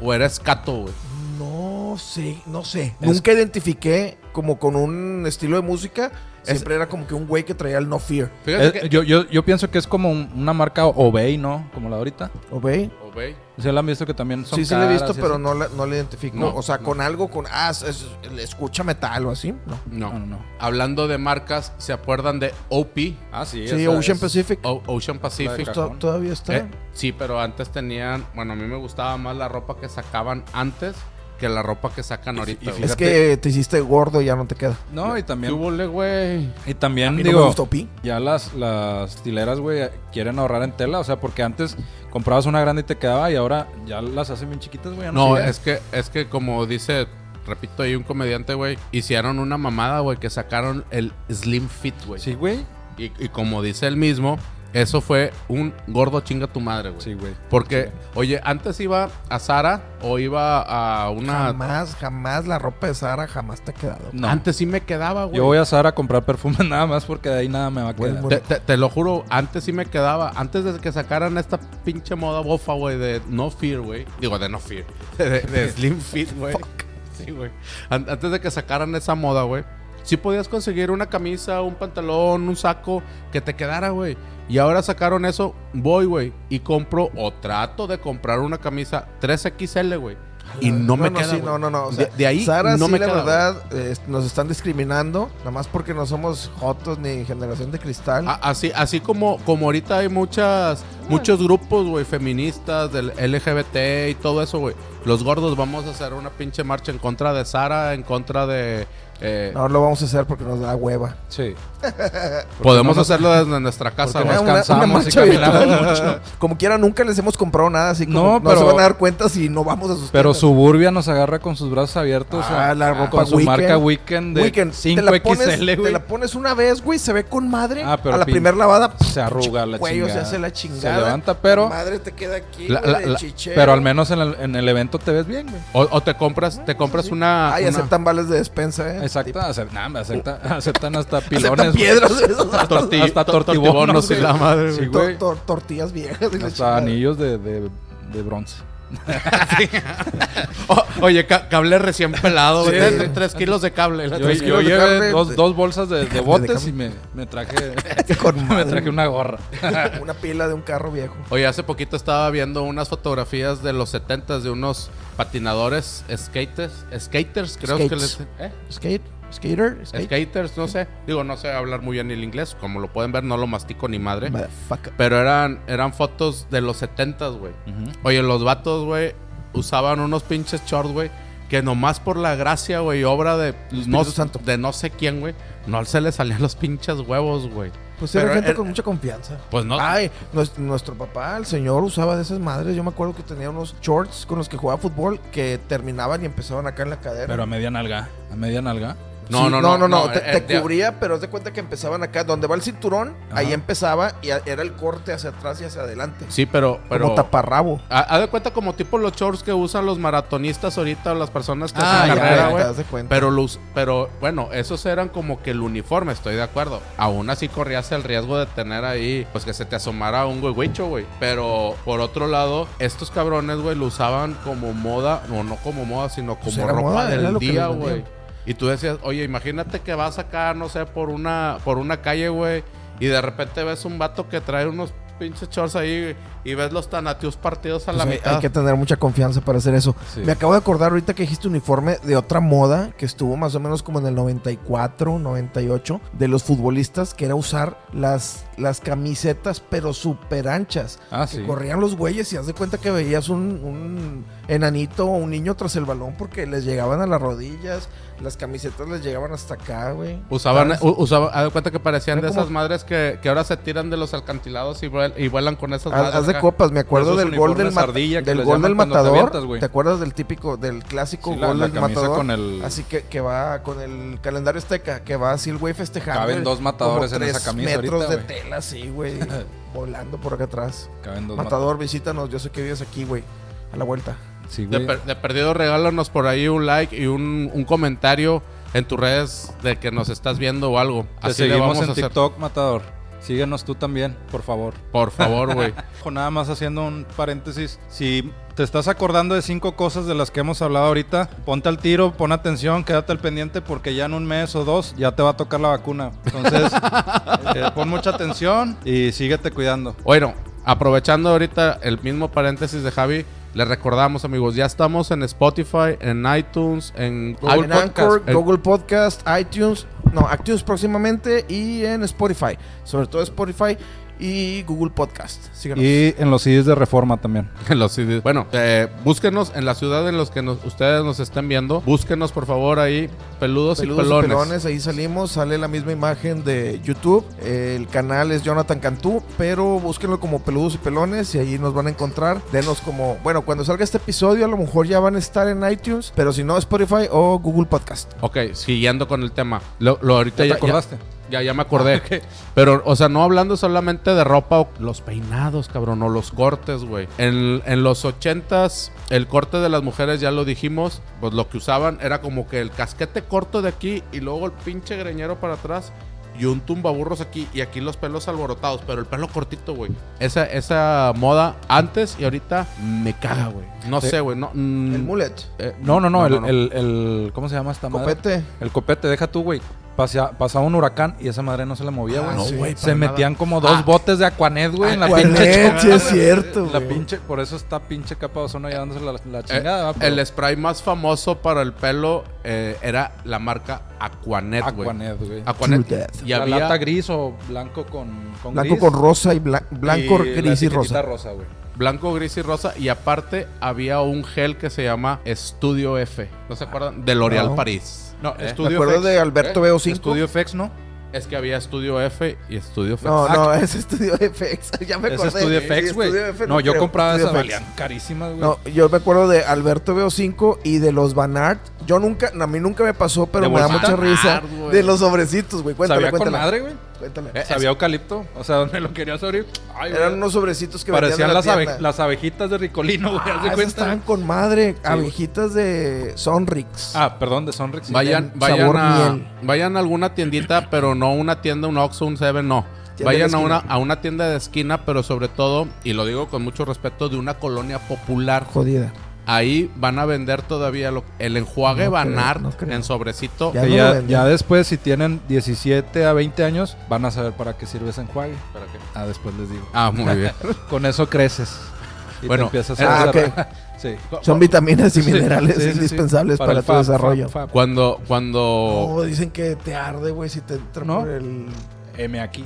A: O era escato, güey.
C: No sé, no sé. Nunca identifiqué como con un estilo de música. Siempre era como que un güey que traía el No Fear.
A: Fíjate
B: Eh,
A: que...
B: yo, yo, yo pienso que es como un- una marca Obey, ¿no? Como la de ahorita.
C: ¿Ok?
A: Oh, güey.
B: ¿Se la han visto que también son
C: Sí, sí lo he visto,
B: caras y
C: pero
B: así?
C: no la, no la identifico.
A: No,
C: o sea,
A: no.
C: con algo, con. Ah, es- es- escucha metal o así. No.
A: No.
B: No, no, no.
A: Hablando de marcas, ¿se acuerdan de OP?
B: Ah, sí.
C: Sí,
B: esa
C: Ocean
B: es- oh,
C: Pacific.
A: O- Ocean Pacific.
B: La de
C: to- todavía está.
A: Eh, sí, pero antes tenían, bueno, a mí me gustaba más la ropa que sacaban antes que la ropa que sacan ahorita.
B: y
A: güey.
C: es
B: fíjate-
C: que te hiciste gordo y ya no te queda.
B: No, y también.
A: ¿Qué hubole, güey?
B: Y también,
C: Y no me
B: digo,
C: gustó Pi.
B: ya las, las tileras, güey, quieren ahorrar en tela. O sea, porque antes comprabas una grande y te quedaba y ahora ya las hacen bien chiquitas, güey. ya
A: No,
B: sirven.
A: es que, es que como dice, repito, hay un comediante, güey, hicieron una mamada, güey, que sacaron el Slim Fit, güey.
B: Sí, güey.
A: Y, y como dice él mismo, eso fue un gordo chinga tu madre, güey.
B: Sí, güey.
A: Porque, oye, antes iba a Sara o iba a una...
C: Jamás, jamás la ropa de Sara jamás te ha quedado.
B: No.
A: Antes sí me quedaba, güey.
B: Yo voy a Zara a comprar perfume nada más porque de ahí nada me va a
C: Güey,
B: quedar.
C: güey.
A: Te, te- te lo juro, antes sí me quedaba. Antes de que sacaran esta pinche moda bofa, güey, de No Fear, güey. Digo, de No Fear. De, de Slim Fit, güey. Sí, güey. An- antes de que sacaran esa moda, güey. Sí podías conseguir una camisa, un pantalón, un saco que te quedara, güey. Y ahora sacaron eso, voy, güey, y compro o trato de comprar una camisa 3XL, güey. Y no me queda,
C: sí,
A: güey.
C: no, no, no. o sea,
A: De- de ahí
C: Sara,
A: no
C: sí,
A: me
C: la
A: queda,
C: verdad, eh, nos están discriminando. Nada más porque no somos jotos ni generación de cristal.
B: Ah.
A: A- Ah, Así, así como, como ahorita hay muchas, muchos grupos, güey, feministas, del LGBT y todo eso, güey. Los gordos vamos a hacer una pinche marcha en contra de Sara, en contra de... eh,
C: No lo vamos a hacer porque nos da hueva.
B: Sí.
A: podemos
B: no nos-
A: hacerlo desde nuestra casa,
B: porque
A: güey.
B: no-
C: Una- una-
B: cansamos
C: una
B: y
C: marcha
B: caminamos
C: virtual. Como quiera, nunca les hemos comprado nada, así como
B: No,
C: no, se
B: pero-
C: van a dar cuenta si no vamos a sus
B: Pero
C: tiendas.
B: Suburbia nos agarra con sus brazos abiertos.
C: Ah,
B: a-
C: la ropa
B: con su
C: Weekend.
B: marca Weekend de
C: Weekend, te, la pones,
B: 5XL,
C: te
B: güey.
C: la pones una vez, güey, se ve con madre.
B: Ah, pero
C: a la
B: pin-
C: primera lavada,
B: Se arruga la
C: cuello se
B: chingada.
C: hace la chingada.
B: Se levanta, pero,
C: Madre te queda aquí,
B: la-
C: güey,
B: la-
C: de
B: la-
C: chichero.
B: pero al menos en el, en el evento te ves bien, güey.
A: O, o te compras, te compras una...
C: Ay,
A: una-
C: aceptan vales de despensa, eh.
B: Exacto, acep- nah, me acepta- aceptan hasta pilones.
C: Aceptan
B: güey.
C: piedras, esos
A: torti-
B: hasta
A: to-
B: tortibonos,
A: tortibonos y
B: güey.
A: la madre,
B: Sí,
A: güey.
C: Tor-
B: güey.
C: tor- tortillas viejas. y la
B: Hasta
C: chingada.
B: anillos de, de, de bronce.
A: O- oye, ca- cable recién pelado, güey.
B: Sí.
A: tres, tres kilos de cable.
B: Yo,
A: Tres
B: yo
A: kilos de
B: llevé
A: cable.
B: dos, dos bolsas de, de
C: de
B: botes
C: cable.
B: y me, me traje
C: Con
B: me
C: madre.
B: traje una gorra.
C: Una pila de un carro viejo.
A: Oye, hace poquito estaba viendo unas fotografías de los 70 de unos patinadores, skaters, skaters, creo que les...
C: Skates.
A: ¿eh?
C: Skate, skater, skate.
A: Skaters, no sé. Digo, no sé hablar muy bien el inglés. Como lo pueden ver, no lo mastico ni madre.
C: Motherfucker.
A: Pero eran, eran fotos de los 70, güey. Oye, los vatos, güey, usaban unos pinches shorts, güey. Que nomás por la gracia, güey, obra de no,
C: Santo.
A: de no sé quién, güey, no se le salían los pinches huevos, güey.
C: Pues era
A: Pero
C: gente
A: era-
C: con mucha confianza.
A: Pues no.
C: Ay, nues- nuestro papá, el señor, usaba de esas madres. Yo me acuerdo que tenía unos shorts con los que jugaba fútbol que terminaban y empezaban acá en la cadera.
B: Pero a media nalga. A media nalga.
A: No,
C: Sí,
A: no, no,
C: no,
A: no,
C: te,
A: eh,
C: te
A: de-
C: cubría, pero haz de cuenta que empezaban acá. Donde va el cinturón, ahí empezaba y a- era el corte hacia atrás y hacia adelante.
A: Sí, pero... pero
C: Como taparrabo.
A: Ha- Haz de cuenta como tipo los shorts que usan los maratonistas ahorita o las personas que
C: Ah,
A: hacen
C: ya,
A: carrera,
C: ya,
A: güey.
C: te das de cuenta.
A: Pero, luz, pero bueno, esos eran como que el uniforme, estoy de acuerdo. Aún así corrías el riesgo de tener ahí, pues que se te asomara un huehuicho, güey. Pero por otro lado, estos cabrones, güey, lo usaban como moda, no, no como moda, sino como
C: Pues era
A: ropa
C: moda, era
A: del
C: lo que
A: día,
C: les vendían.
A: güey. Y tú decías, oye, imagínate que vas acá, no sé, por una, por una calle, güey, y de repente ves un vato que trae unos pinches shorts ahí y ves los tanatius partidos a la
C: Pues hay-
A: mitad.
C: Hay que tener mucha confianza para hacer eso.
B: Sí.
C: Me acabo de acordar ahorita que dijiste uniforme de otra moda que estuvo más o menos como en el 94, 98, de los futbolistas, que era usar las, las camisetas pero súper anchas.
B: Ah,
C: Que
B: sí.
C: corrían los güeyes y haz de cuenta que veías un, un enanito o un niño tras el balón porque les llegaban a las rodillas, las camisetas les llegaban hasta acá, güey.
A: Usaban,
C: ¿Sabes?
A: u- usaban, haz de cuenta que parecían
C: Era
A: de
C: como-
A: esas madres que, que ahora se tiran de los alcantilados y, vuel- y vuelan con esas
C: Haz,
A: madres.
C: haz de
A: acá.
C: copas, me acuerdo
B: Esos
C: del gol del,
B: uniformes
C: mat-
B: ardilla que
C: del
B: les
C: gol
B: llaman
C: del
B: cuando te
C: matador.
B: avientas, güey.
C: ¿Te acuerdas del típico, del clásico
B: Sí, la-
C: gol
B: la
C: del
B: camisa
C: matador?
B: con el-
C: Así que, que va con el calendario azteca, que va así el güey festejando.
B: Caben
C: el-
B: dos matadores
C: como
B: en esa
C: tres
B: camisa
C: metros
B: ahorita,
C: de
B: güey.
C: tela así, güey, volando por acá atrás.
B: Caben dos
C: matador, visítanos, yo sé que vives aquí, güey, a la vuelta.
B: mata- Sí,
A: De,
B: güey.
A: per- de perdido, regálanos por ahí un like y un, un comentario en tus redes de que nos estás viendo o algo.
B: Te
A: Así le
B: seguimos
A: vamos a
B: en
A: hacer.
B: TikTok, Matador. Síguenos tú también, por favor.
A: Por favor, güey.
B: Ojo, Nada más haciendo un paréntesis. Si te estás acordando de cinco cosas de las que hemos hablado ahorita, ponte al tiro, pon atención, quédate al pendiente porque ya en un mes o dos ya te va a tocar la vacuna. Entonces, eh, pon mucha atención y síguete cuidando.
A: Bueno, aprovechando ahorita el mismo paréntesis de Javi, les recordamos, amigos, ya estamos en Spotify, en iTunes, en
B: Ah,
A: Google
C: Ah, en
A: Podcast.
C: Anchor,
A: El-
C: Google Podcast, iTunes, no, iTunes próximamente y en Spotify, sobre todo Spotify y Google Podcast. Síganos.
B: Y en los CDs de reforma también.
A: En los CDs. Bueno, eh, búsquenos en la ciudad en los que nos- ustedes nos estén viendo. Búsquenos, por favor, ahí, peludos,
C: Peludos
A: y
C: y
A: pelones.
C: pelones, ahí salimos, sale la misma imagen de YouTube. Eh, el canal es Jonathan Cantú, pero búsquenlo como Peludos y Pelones y ahí nos van a encontrar. Denos como, bueno, cuando salga este episodio a lo mejor ya van a estar en iTunes, pero si no Spotify o Google Podcast.
A: Ok, siguiendo con el tema. Lo, lo ahorita
B: ¿Te
A: ya, ya,
B: acordaste?
A: ya, ya me acordé. Pero, o sea, no hablando solamente de ropa o los peinados, cabrón, o los cortes, güey. En, en los ochentas, el corte de las mujeres, ya lo dijimos, pues lo que usaban era como que el casquete corto de aquí y luego el pinche greñero para atrás. Y un tumbaburros aquí y aquí los pelos alborotados, pero el pelo cortito, güey. Esa, esa moda antes y ahorita me caga, güey. No
B: Sí.
A: sé, güey. No, mm,
C: El mullet,
A: eh,
B: No, no, no, el, el- el- ¿Cómo se llama esta madre?
C: copete.
B: El copete, deja tú, güey. Pasea- pasaba un huracán y esa madre no se le movía,
C: Ah,
B: güey.
C: no, güey,
B: se
A: para nada.
B: metían como dos
A: Ah.
B: botes de Aquanet, güey, en la
C: Aquanet,
B: pinche
C: sí es cierto,
B: La
C: güey.
B: pinche, por eso está pinche capa de ozono llevándose la, la
A: Eh,
B: chingada. va, pero-
A: el spray más famoso para el pelo eh, era la marca Aquanet, güey.
B: Aquanet, güey.
A: Aquanet.
C: True Death.
A: Y
B: La
A: había-
B: lata gris o blanco con, con
C: Blanco
B: gris.
C: con rosa y blan- blanco,
B: la
C: gris y
B: etiquetita
C: rosa.
B: güey.
A: blanco, gris y rosa. Y aparte había un gel que se llama Studio F. ¿No se acuerdan? De L'Oreal
C: No.
A: París. No,
B: Eh,
A: Studio
C: me acuerdo de Alberto Veo cinco.
B: Estudio FX, ¿no?
A: Es que había Studio F y Studio F.
C: No,
B: Ah,
C: no, es estudio FX. Ya me
B: Ese
C: acordé.
B: Estudio
C: Sí,
B: FX, güey.
C: Estudio F, E
B: No, yo
C: creo.
B: compraba
C: Estudio
B: esas,
C: FX.
B: valían carísimas, güey.
C: No, yo me acuerdo de Alberto Veo 5 y de los Van Art. Yo nunca, a mí nunca me pasó, pero
B: ¿De
C: me da
B: bolsita?
C: mucha risa.
A: Van Aert, güey.
C: de los sobrecitos, güey. Cuéntale,
B: Sabía con
C: cuéntale.
B: madre, güey.
C: cuéntale.
A: Eh,
B: Sabía eucalipto. O sea, me lo querías abrir. Ay, güey.
C: Eran unos sobrecitos que vendían
B: Parecían
C: en la
B: las, abe-
C: tienda.
B: las abejitas de Ricolino, güey.
C: Ah,
B: haz de
C: esas
B: cuenta.
C: estaban con madre.
B: güey.
C: abejitas de Sonrix.
B: Ah, perdón, de Sonrix. sí.
A: Vayan,
C: Tienen
A: vayan,
C: sabor
A: a,
C: miel.
A: vayan a alguna tiendita, pero no una tienda, un Oxxo, un Seven, no.
C: de
A: vayan a
C: esquina.
A: una, a una tienda de esquina, pero sobre todo, y lo digo con mucho respeto, de una colonia popular.
C: Jodida.
A: Ahí van a vender todavía lo- el enjuague
C: No
A: Van
C: creo,
A: Aert
C: no creo.
A: en sobrecito.
C: Ya
B: Que
C: no lo
B: ya,
C: venden.
B: ya después, si tienen 17 a 20 años, van a saber para qué sirve ese enjuague.
A: ¿Para qué?
B: Ah, después les digo.
A: Ah, muy bien.
B: Con eso creces. Y
A: Bueno, eh,
B: te empiezas
C: ah,
B: a
C: ok.
B: desarrollar. sí.
C: Son vitaminas y minerales
B: Sí, sí, sí.
C: indispensables para,
B: el
C: tu
B: fab,
C: desarrollo.
B: fab, fab.
A: Cuando, cuando,
C: No, dicen que te arde, güey, si te entra
B: ¿No?
C: por el.
B: M aquí.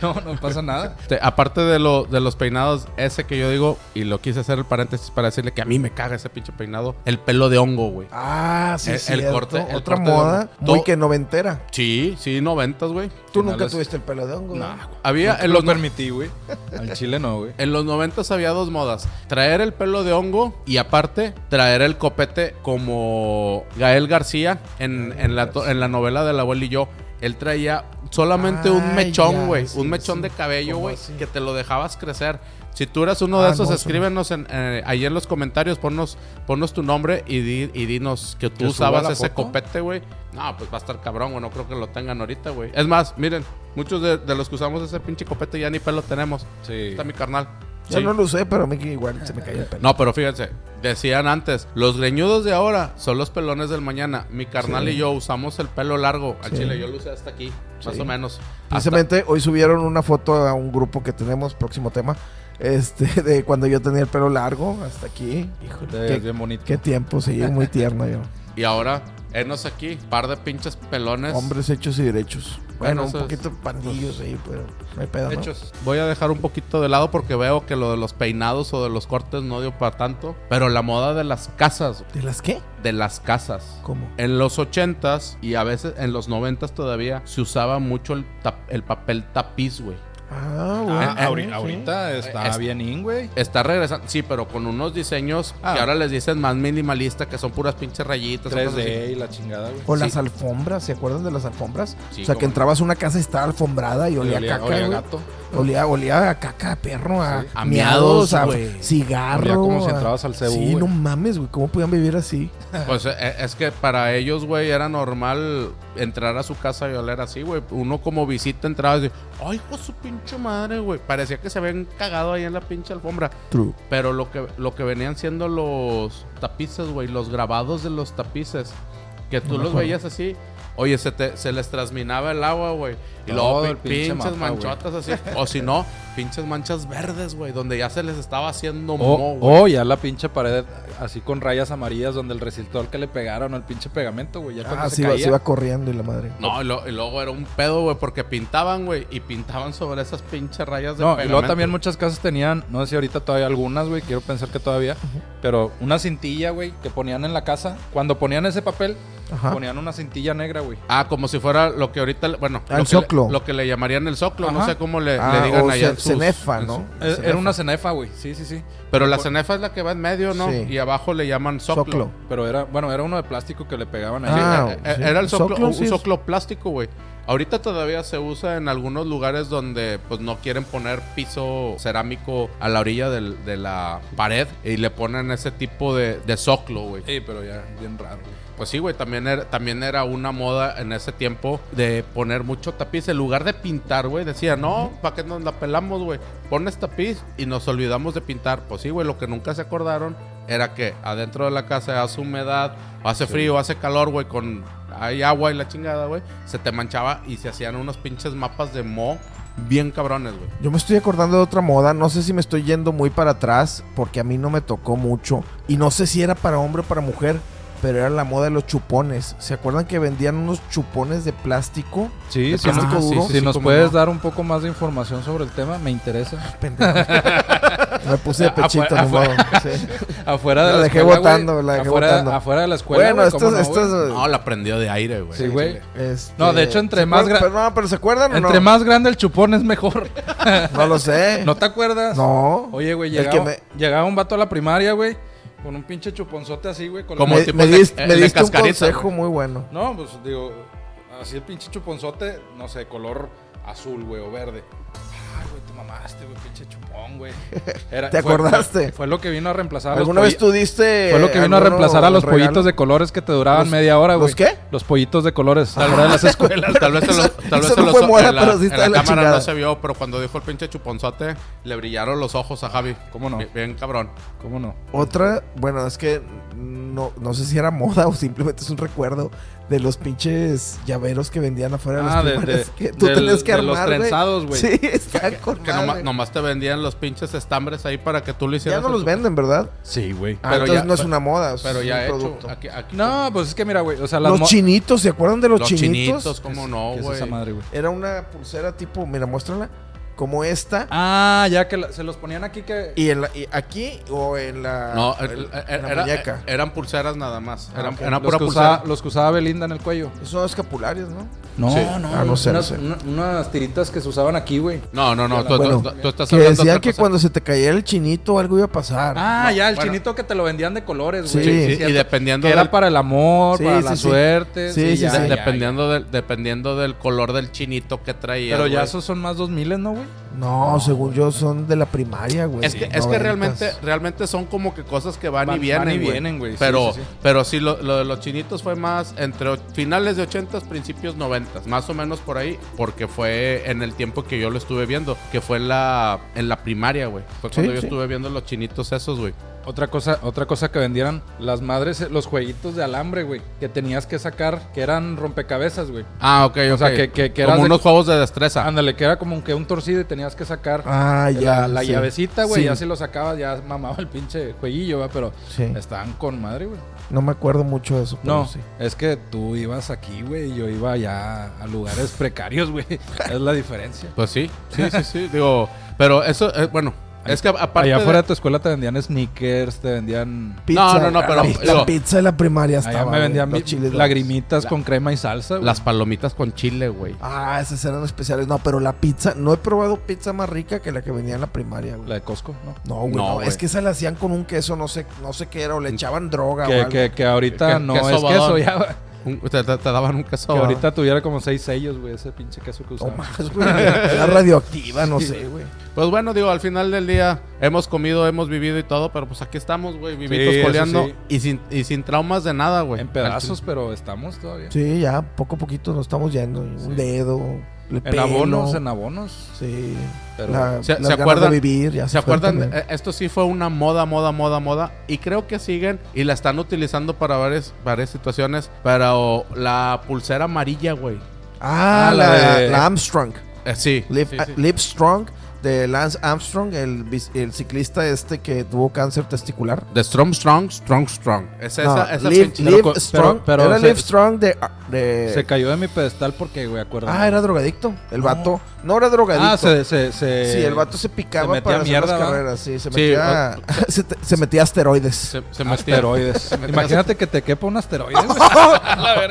B: no, no pasa nada.
A: Te- aparte de, lo, de los peinados, ese que yo digo, y lo quise hacer el paréntesis para decirle que a mí me caga ese pinche peinado, el pelo de hongo, güey.
C: Ah, sí,
A: El-
B: E,
A: el
C: cierto.
A: corte- el
C: Otra
A: corte de
C: moda
A: hongo.
C: muy
A: To-
C: que noventera.
A: Sí, sí, noventas, güey.
B: Si
C: Tú
B: no
C: nunca
B: les-
C: tuviste el pelo de hongo.
B: Nah,
C: ¿verdad?
B: güey.
A: Había,
B: Nunca
A: en
B: lo
A: los,
B: permití, güey. Al chile no, güey.
A: en los noventas había dos modas. Traer el pelo de hongo y aparte traer el copete como Gael García en, en la, to- en la novela del abuelo y yo. Él traía solamente un
C: Ah, ya,
A: mechón, güey.
C: sí,
A: un mechón
C: sí.
A: de cabello,
C: ¿Cómo
A: güey,
C: así?
A: que te lo dejabas crecer. Si tú eras uno de
C: Ah,
A: esos,
C: no, eso no.
A: escríbenos en, eh, ahí en los comentarios, ponnos, ponnos tu nombre y, di- y dinos que tú
B: ¿Que suba
A: usabas
B: la
A: ese
B: foto?
A: copete, güey. No, pues va a estar cabrón, güey. No creo que lo tengan ahorita, güey. Es más, miren, muchos de, de los que usamos ese pinche copete ya ni pelo tenemos. Ahí
B: Sí.
A: está mi carnal.
C: Yo
A: Sí.
C: no lo usé, pero a mí que igual se me cayó el pelo.
A: No, pero fíjense, decían antes, los greñudos de ahora son los pelones del mañana. Mi carnal y yo usamos el pelo largo. Al
C: Sí.
A: chile yo lo usé hasta aquí, más
C: Sí.
A: o menos.
C: Precisamente hoy subieron una foto a un grupo que tenemos, próximo tema, este, de cuando yo tenía el pelo largo hasta aquí.
B: Híjole, es bien bonito.
C: Qué tiempo, sí, muy tierno yo.
A: Hasta- y ahora, enos aquí, par de pinches pelones.
C: Hombres hechos y derechos.
A: Bueno,
C: Bueno, un
A: eso es-
C: poquito pandillos ahí, pero no hay pedo, ¿no?
A: Hechos. Voy a dejar un poquito de lado porque veo que lo de los peinados o de los cortes no dio para tanto. Pero la moda de las casas,
C: ¿De las qué?
A: de las casas.
C: ¿Cómo?
A: En los 80s y a veces en los 90s todavía se usaba mucho el, tap- el papel tapiz, güey.
C: Ah, bueno.
B: Ah,
A: Eh, eh,
B: ahori-
C: sí.
B: ahorita está
A: Eh, es-
B: bien in, güey.
A: Está regresando, sí, pero con unos diseños
B: Ah.
A: que ahora les dicen más minimalista, que son puras pinches rayitas. son cosas así.
B: 3D y la chingada, güey.
C: O
A: Sí.
C: las alfombras, ¿se acuerdan de las alfombras?
A: Sí,
C: o sea,
A: cómo
C: que
A: no.
C: entrabas a una casa y estaba alfombrada y olía,
B: olía-
C: a caca,
B: olía a
C: güey.
B: gato.
C: Olía, olía a caca, a perro, a,
B: Sí.
A: A
C: miados,
A: miados,
C: a
A: güey.
C: cigarro.
B: Olía como si
C: a-
B: entrabas al CU,
C: Sí, no
B: güey.
C: mames, güey, ¿cómo podían vivir así?
A: Pues eh, es que para ellos, güey, era normal entrar a su casa y oler así, güey. Uno como visita entraba y decía, ay, hijo de su pinche madre, güey. Parecía que se habían cagado ahí en la pinche alfombra.
C: True.
A: Pero lo que, lo que venían siendo los tapices, güey, los grabados de los tapices, que tú
C: No me
A: los
C: acuerdo.
A: veías así. Oye, se, te- se les trasminaba el agua, güey. Y
B: Todo
A: luego
B: el
A: pi-
B: pinche
A: pinches
B: mapa, güey.
A: manchotas así. O si no, pinches manchas verdes, güey. Donde ya se les estaba haciendo
C: Oh,
B: O,
A: moho, güey.
B: o Oh, ya la pinche pared así con rayas amarillas donde el resistor que le pegaron al pinche pegamento, güey. Ya cuando
C: Ah,
B: se
C: sí, iba,
B: caía.
C: se iba corriendo y la madre.
A: No, y, lo- y luego era un pedo, güey, porque pintaban, güey, y pintaban sobre esas pinches rayas de
B: No, y luego
A: pegamento.
B: también muchas casas tenían, no sé si ahorita todavía algunas, güey, quiero pensar que todavía, pero una cintilla, güey, que ponían en la casa. Cuando ponían ese papel,
C: Ajá.
B: ponían una cintilla negra, güey.
A: Ah, como si fuera lo que ahorita, le- bueno,
C: Ah,
A: lo,
C: el
A: que le-
C: soclo.
A: lo que le llamarían el soclo, no
B: Ajá.
A: sé cómo le, le
C: Ah,
A: digan
C: o
A: allá.
C: ce-
A: en sus-
C: cenefa,
A: en
C: ¿no?
A: su-
B: Eh,
C: Cenefa.
B: Era una cenefa, güey, sí, sí, sí.
A: Pero la
B: Por-
A: cenefa es la que va en medio, ¿no?
C: Sí.
A: Y abajo le llaman soclo.
C: Soclo.
B: Pero era, bueno, era uno de plástico que le pegaban ahí.
C: Ah,
A: Eh, eh,
C: sí.
A: Era el soclo,
C: Soclo,
A: un
C: sí es-
A: soclo plástico, güey. Ahorita todavía se usa en algunos lugares donde pues no quieren poner piso cerámico a la orilla del- de la pared y le ponen ese tipo de, de soclo, güey.
B: Sí, pero ya, bien raro, güey.
A: Pues sí, güey, también era, también era una moda en ese tiempo de poner mucho tapiz. En lugar de pintar, güey, decía, no, ¿para qué nos la pelamos, güey? Pones tapiz y nos olvidamos de pintar. Pues sí, güey, lo que nunca se acordaron era que adentro de la casa hace humedad, o hace frío, hace calor, güey, con hay agua y la chingada, güey. Se te manchaba y se hacían unos pinches mapas de mo bien cabrones, güey.
C: Yo me estoy acordando de otra moda, no sé si me estoy yendo muy para atrás, porque a mí no me tocó mucho, y no sé si era para hombre o para mujer, pero era la moda de los chupones. ¿Se acuerdan que vendían unos chupones de plástico?
B: Sí,
C: De
B: sí,
C: plástico
A: ah, sí,
C: duro.
A: sí,
B: Si nos
C: cómo
B: puedes
C: no.
B: dar un poco más de información sobre el tema, me interesa.
C: Pendejo. Me puse de
B: Afuera-
C: pechito, ni modo.
B: afuera.
C: Sí.
B: Afuera de
C: La
B: la,
C: dejé
B: escuela,
C: botando,
B: güey.
C: la dejé
B: afuera,
C: botando.
B: afuera de la escuela. güey,
C: Bueno,
B: cómo
C: estos,
B: no, güey.
C: estos,
A: No, la prendió de aire, güey.
B: Sí, güey.
C: este,
B: No, de hecho, entre
C: ¿se
B: más
C: acuerdan?
B: gra-
C: Pero no, pero ¿se acuerdan o
B: Entre
C: no?
B: más grande el chupón es mejor.
C: No lo sé.
B: ¿No te acuerdas?
C: No.
B: Oye, güey,
C: El
B: llegaba,
C: que me-
B: llegaba un vato a la primaria, güey, con un pinche chuponzote así, güey. Con la-
A: Como
C: me,
A: tipo
C: me
A: el de-
C: diste,
A: el
C: me
A: de
C: diste un
A: cascarita,
C: consejo muy bueno.
B: No, pues digo, así el pinche chuponzote, no sé, color azul, güey, o verde. Ay, güey, te mamaste, güey, pinche chupón, güey. Era-
C: ¿Te
B: fue-
C: acordaste?
B: Fue, lo que vino a reemplazar. a los
C: ¿Alguna vez
B: polli-
C: tú diste
B: Fue lo que vino a
C: alguno
B: reemplazar a los
C: regalo?
B: pollitos de colores que te duraban
C: Los-
B: media hora, güey.
C: ¿los qué?
B: Los pollitos de colores. Afuera de las escuelas.
A: Tal vez se los, tal vez
C: Eso
A: se
C: no
A: los-
C: fue moda,
A: en la,
C: pero sí
A: en
C: está
A: la
C: de la
A: cámara
C: chingada.
A: no se vio, pero cuando dijo el pinche chuponzote, le brillaron los ojos a Javi.
B: ¿Cómo no?
A: Bien, bien cabrón.
C: Ah.
B: ¿Cómo no?
C: Otra, bueno, es que no, no sé si era moda o simplemente es un recuerdo de los pinches llaveros que vendían afuera de las
B: Ah, de-
C: primarias
B: de-
C: que tú
B: del-
C: tenías que
B: de los
C: armar, güey.
B: trenzados, güey.
C: Sí, están con
A: Que
C: madre.
A: noma- nomás te vendían los pinches estambres ahí para que tú lo hicieras.
C: Ya no
A: a
C: los
A: tu-
C: venden, ¿verdad?
B: Sí, güey.
C: Ah,
A: Pero
C: entonces
A: ya-
C: no es
A: pero-
C: una moda, es
A: Pero ya
C: un
A: hecho.
C: producto.
A: Aquí, aquí-
B: No, pues es que mira, güey, o sea, las
C: Los
B: mo-
C: chinitos, ¿se acuerdan de los,
A: Los
C: chinitos?
A: chinitos, cómo no,
B: ¿Qué es
A: güey.
B: esa madre, güey?
C: Era una pulsera tipo, mira, muéstrala, como esta.
B: Ah, ya que la- se los ponían aquí que...
C: Y, en la- y aquí o en la,
A: No,
C: en-
A: el-
C: en la
A: era- eh,
C: muñeca.
A: eran pulseras nada más.
C: Ah,
A: eran
C: ok.
A: eran
B: los,
A: pura
B: que
A: pulsera.
B: usaba, los que usaba Belinda en el cuello.
C: Son escapulares, ¿no?
B: No,
A: Sí.
B: no,
C: Ah, no sé,
B: unas,
C: no sé.
B: una- unas tiritas que se usaban aquí, güey.
A: No, no, no. Tú,
C: Bueno,
A: tú- tú estás
C: que
A: hablando
C: decían
A: otra
C: que
A: cosa.
C: cuando se te caía el chinito algo iba a pasar.
B: Ah, ya, el
A: bueno.
B: chinito que te lo vendían de colores,
C: Sí,
B: güey.
A: Sí, sí,
B: cierto.
A: y dependiendo
B: Que
A: del,
B: era para el amor,
C: Sí,
B: para
C: sí,
B: la
C: sí.
B: suerte.
C: Sí, sí,
B: ya,
C: sí.
B: ya,
A: dependiendo del dependiendo del color del chinito que traía.
B: Pero ya
A: güey.
B: esos son más 2000, ¿no, güey?
C: No, según yo son de la primaria, güey.
A: Es que, es que
C: Noventas.
A: realmente, realmente son como que cosas que van,
B: Van-
A: y vienen.
B: van y
A: güey.
B: vienen, güey, sí,
A: Pero,
B: sí, sí.
A: pero sí, lo, lo de los chinitos fue más entre o- finales de 80, principios 90, más o menos por ahí, porque fue en el tiempo que yo lo estuve viendo, que fue en la, en la primaria, güey. Fue
C: Sí,
A: cuando yo
C: sí.
A: estuve viendo los chinitos esos, güey.
B: Otra cosa, otra cosa que vendieran las madres, eh, los jueguitos de alambre, güey, que tenías que sacar, que eran rompecabezas, güey.
A: Ah, ok,
B: O sea, que- que- que
A: Como
B: eras de-
A: unos juegos de Ah, destreza.
B: Ándale, que era como que un torcido y tenías que sacar
C: Ah, ya.
B: la, la
C: sí.
B: llavecita, güey.
C: Sí,
B: Ya si lo sacabas, ya mamaba el pinche jueguillo, va, pero
C: sí.
B: estaban con madre, güey.
C: No me acuerdo mucho de eso. pero
B: Este. No,
C: sí.
B: es que tú ibas aquí, güey, y yo iba allá a lugares precarios, güey. Es la diferencia.
A: Pues sí, sí, sí, sí. digo, pero eso, eh, bueno, es que aparte.
B: allá
A: de-
B: afuera de tu escuela te vendían sneakers, te vendían...
A: No, no, no, pero,
C: La,
A: digo,
C: la pizza de la primaria estaba.
B: Allá Ah, me
C: güey,
B: vendían
C: los
B: mi-
C: chiles dogs.
B: lagrimitas con crema y salsa, güey.
A: las palomitas con chile, güey.
C: Ah, esas eran especiales. No, pero la pizza. No he probado pizza más rica que la que venía en la primaria, güey.
B: La de Costco, ¿no?
C: No, güey.
A: No,
C: No,
A: güey.
C: es que esa la hacían con un queso, no sé, no sé qué era, o le echaban droga o
B: Que,
C: algo.
B: que, que ahorita
A: Que-
B: no
A: queso
B: es queso,
A: badón.
B: ya, güey.
A: Un- te, te- te daban un queso.
B: Que
A: ¿verdad?
B: ahorita tuviera como seis sellos, güey, ese pinche queso que
C: No
B: usaba.
C: más, güey. Era radioactiva, no
B: Sí.
C: sé, güey.
A: Pues bueno, digo, al final del día hemos comido, hemos vivido y todo, pero pues aquí estamos, güey, vivitos
B: Sí, eso
A: coleando
B: sí.
A: y, sin, y sin traumas de nada, güey.
B: en pedazos, pero estamos todavía.
C: Sí, ya poco a poquito nos estamos yendo. Un dedo, le
B: En abonos, en abonos.
C: Sí.
B: Pero-
C: La-
A: ¿Se-
C: las
A: se
C: ganas
A: acuerdan-
C: de vivir, ya
A: ¿Se
C: fueron
A: acuerdan?
C: también.
A: Eh, Esto sí fue una moda, moda, moda, moda. Y creo que siguen y la están utilizando para varias, varias situaciones. Pero la pulsera amarilla, güey.
C: Ah,
B: ah,
C: la,
B: la de-
C: la Armstrong.
A: Eh, sí.
C: Live,
B: ah,
A: sí, sí.
C: Live Strong de Lance Armstrong, el, bis- el ciclista este que tuvo cáncer testicular.
A: De Strong Strong, Strong Strong. Es esa,
C: No,
A: esa
C: Live,
A: pinche-
C: Live
B: Pero co-
C: Strong.
B: pero- pero
C: era
B: se-
C: Live Strong de. de-
B: Se cayó de mi pedestal porque, güey, acuérdate.
C: ah, era drogadicto. El vato. No era drogadicto.
B: Ah, se, se, se-
C: sí, el vato se picaba
B: metía
C: para hacer
B: mierda,
C: las
B: ¿va?
C: carreras. Sí, se
A: Sí,
C: metía, se, te- se metía asteroides.
A: se, se
B: Ah,
A: metía.
B: Asteroides. Imagínate que te quepa un asteroide, güey.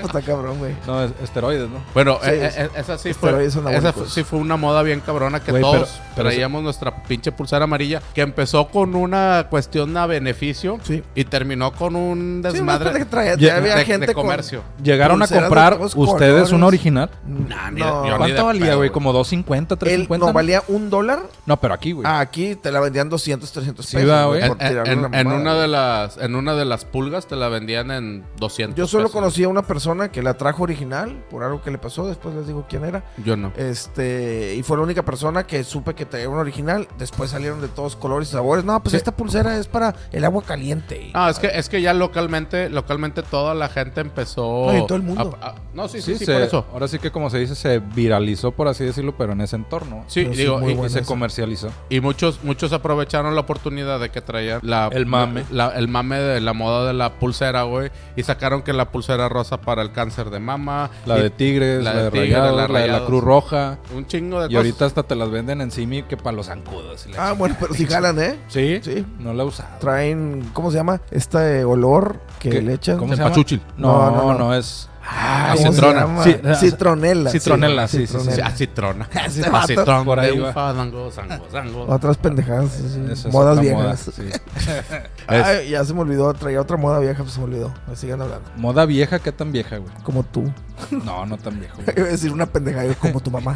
C: Está cabrón, güey.
B: No, es- esteroides, ¿no?
A: Bueno,
C: Sí,
A: eh,
C: sí.
A: eh, esa sí fue,
C: Esteroides anabólicos.
A: esa fu- sí fue una moda bien cabrona que
B: Güey,
A: todos
B: pero- pero
A: traíamos nuestra pinche pulsera amarilla que empezó con una cuestión a beneficio
C: Sí.
A: y terminó con un
C: Sí, una
A: desmadre
C: cosa que traía-
B: Ye-
C: había
A: de,
C: gente
A: de
C: con-
A: comercio.
B: Llegaron a
C: Pulseras Pues de
B: comprar
C: todos
B: ustedes
C: colores.
B: una original.
A: Nah, ni-
C: Mm, no,
A: yo ni de
B: ¿Cuánto valía,
A: pedo,
B: güey? ¿Como 250,
C: Él
B: 350?
C: no valía un dólar.
B: No, pero aquí, güey.
C: Ah, aquí te la vendían 200, 300
B: Sí,
C: pesos.
B: va,
C: güey,
B: güey.
C: por
A: En, en-
C: tirarle
A: en- en
C: mamada,
A: una
C: güey.
A: de las en una de las pulgas te la vendían en 200
C: Yo solo
A: pesos.
C: conocí a una persona que la trajo original por algo que le pasó. Después les digo quién era.
A: Yo no.
C: Este, y fue la única persona que supe que traía una original. Después salieron de todos colores y sabores. No, pues
A: Sí.
C: esta pulsera es para el agua caliente.
A: Ah, es que, es que ya localmente, localmente toda la gente empezó.
C: No, y todo el mundo.
A: a- a- no, sí, sí, sí,
B: se-
A: por eso.
B: Ahora sí que como se dice, se viralizó, por así decirlo, pero en ese entorno.
A: Sí,
C: Pero sí,
A: digo,
C: muy
A: y-
B: Y
C: bueno
B: se
C: eso.
B: comercializó.
A: Y muchos, muchos aprovecharon la oportunidad de que traían la,
B: El mame.
A: la- el mame de la moda de la pulsera, güey. Y sacaron que la pulsera rosa para el cáncer de mama.
B: La
A: y
B: de Tigres,
A: la
B: la,
A: de
B: de
A: Tigres,
B: Rayados,
A: la
B: la, de
A: Rayados.
B: la Cruz Roja.
A: Un chingo de
B: Y ahorita hasta te las venden en Simi que para los zancudos. y la
C: Ah, bueno, pero si jalan, ¿eh?
B: ¿Sí?
C: Sí.
B: No la he usado.
C: Traen, ¿cómo se llama? Este eh, olor que
B: ¿Qué?
C: le echan.
B: ¿Cómo se llama?
A: Cempasúchil.
B: No, no,
C: No, no,
B: no,
C: no.
B: es.
C: Ah,
A: Ah,
C: ¿cómo se
B: citrona.
C: llama?
B: Sí, ah,
C: citronela. sí.
B: Citronela, sí, sí, sí.
A: cosas.
C: Citronela.
A: Ah, citrona.
C: Este
A: Ah,
C: vato.
A: citrón,
B: Por ahí
A: de
B: va.
A: un fandango, zango, zango.
C: Otras pendejadas. sí, sí.
B: esa es
C: Modas
B: otra
C: viejas.
B: moda, sí.
A: Es-
C: Ay, ya se me olvidó. Traía otra moda vieja, pues se me olvidó. Me sigan hablando.
B: Moda vieja, ¿qué tan vieja, güey?
C: Como tú.
B: No, no tan viejo.
C: Iba a decir una pendejada yo, como tu mamá.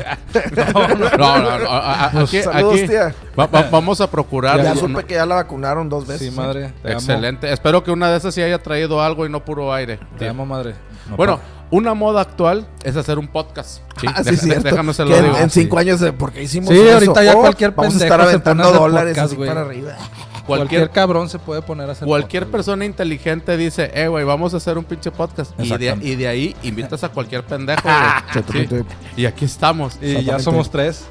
A: No, no, no, a- a- aquí-
C: Pues, Saludos,
A: aquí
C: tía.
A: va- va- vamos a procurar.
B: Ya
C: Ya
A: no-
C: supe que ya la vacunaron dos veces.
B: Sí, madre. te amo.
A: Excelente. Espero que una de esas sí haya traído algo y no puro aire.
B: Te amo, madre. No,
A: Bueno, una moda actual es hacer un podcast. Sí,
C: Ah, sí,
A: deja-
C: cierto.
A: déjame se
C: Que
A: lo
C: en,
A: digo.
C: en cinco años, eh, porque hicimos
B: Sí,
C: eso?
B: ahorita ya
C: O
B: cualquier
C: Vamos a
B: pendejo
C: estar
B: se
C: aventando
B: pone a hacer
C: dólares
B: podcast,
C: así
B: güey.
C: para arriba.
B: cualquier,
A: Cualquier
B: cabrón se puede poner a hacer.
A: Cualquier
B: podcast,
A: persona inteligente dice, eh, güey, vamos a hacer un pinche podcast. Y de,
B: Exactamente.
A: y de ahí invitas a cualquier pendejo. güey. Sí. Y aquí estamos.
B: güey. Y ya
C: Exactamente.
B: somos tres.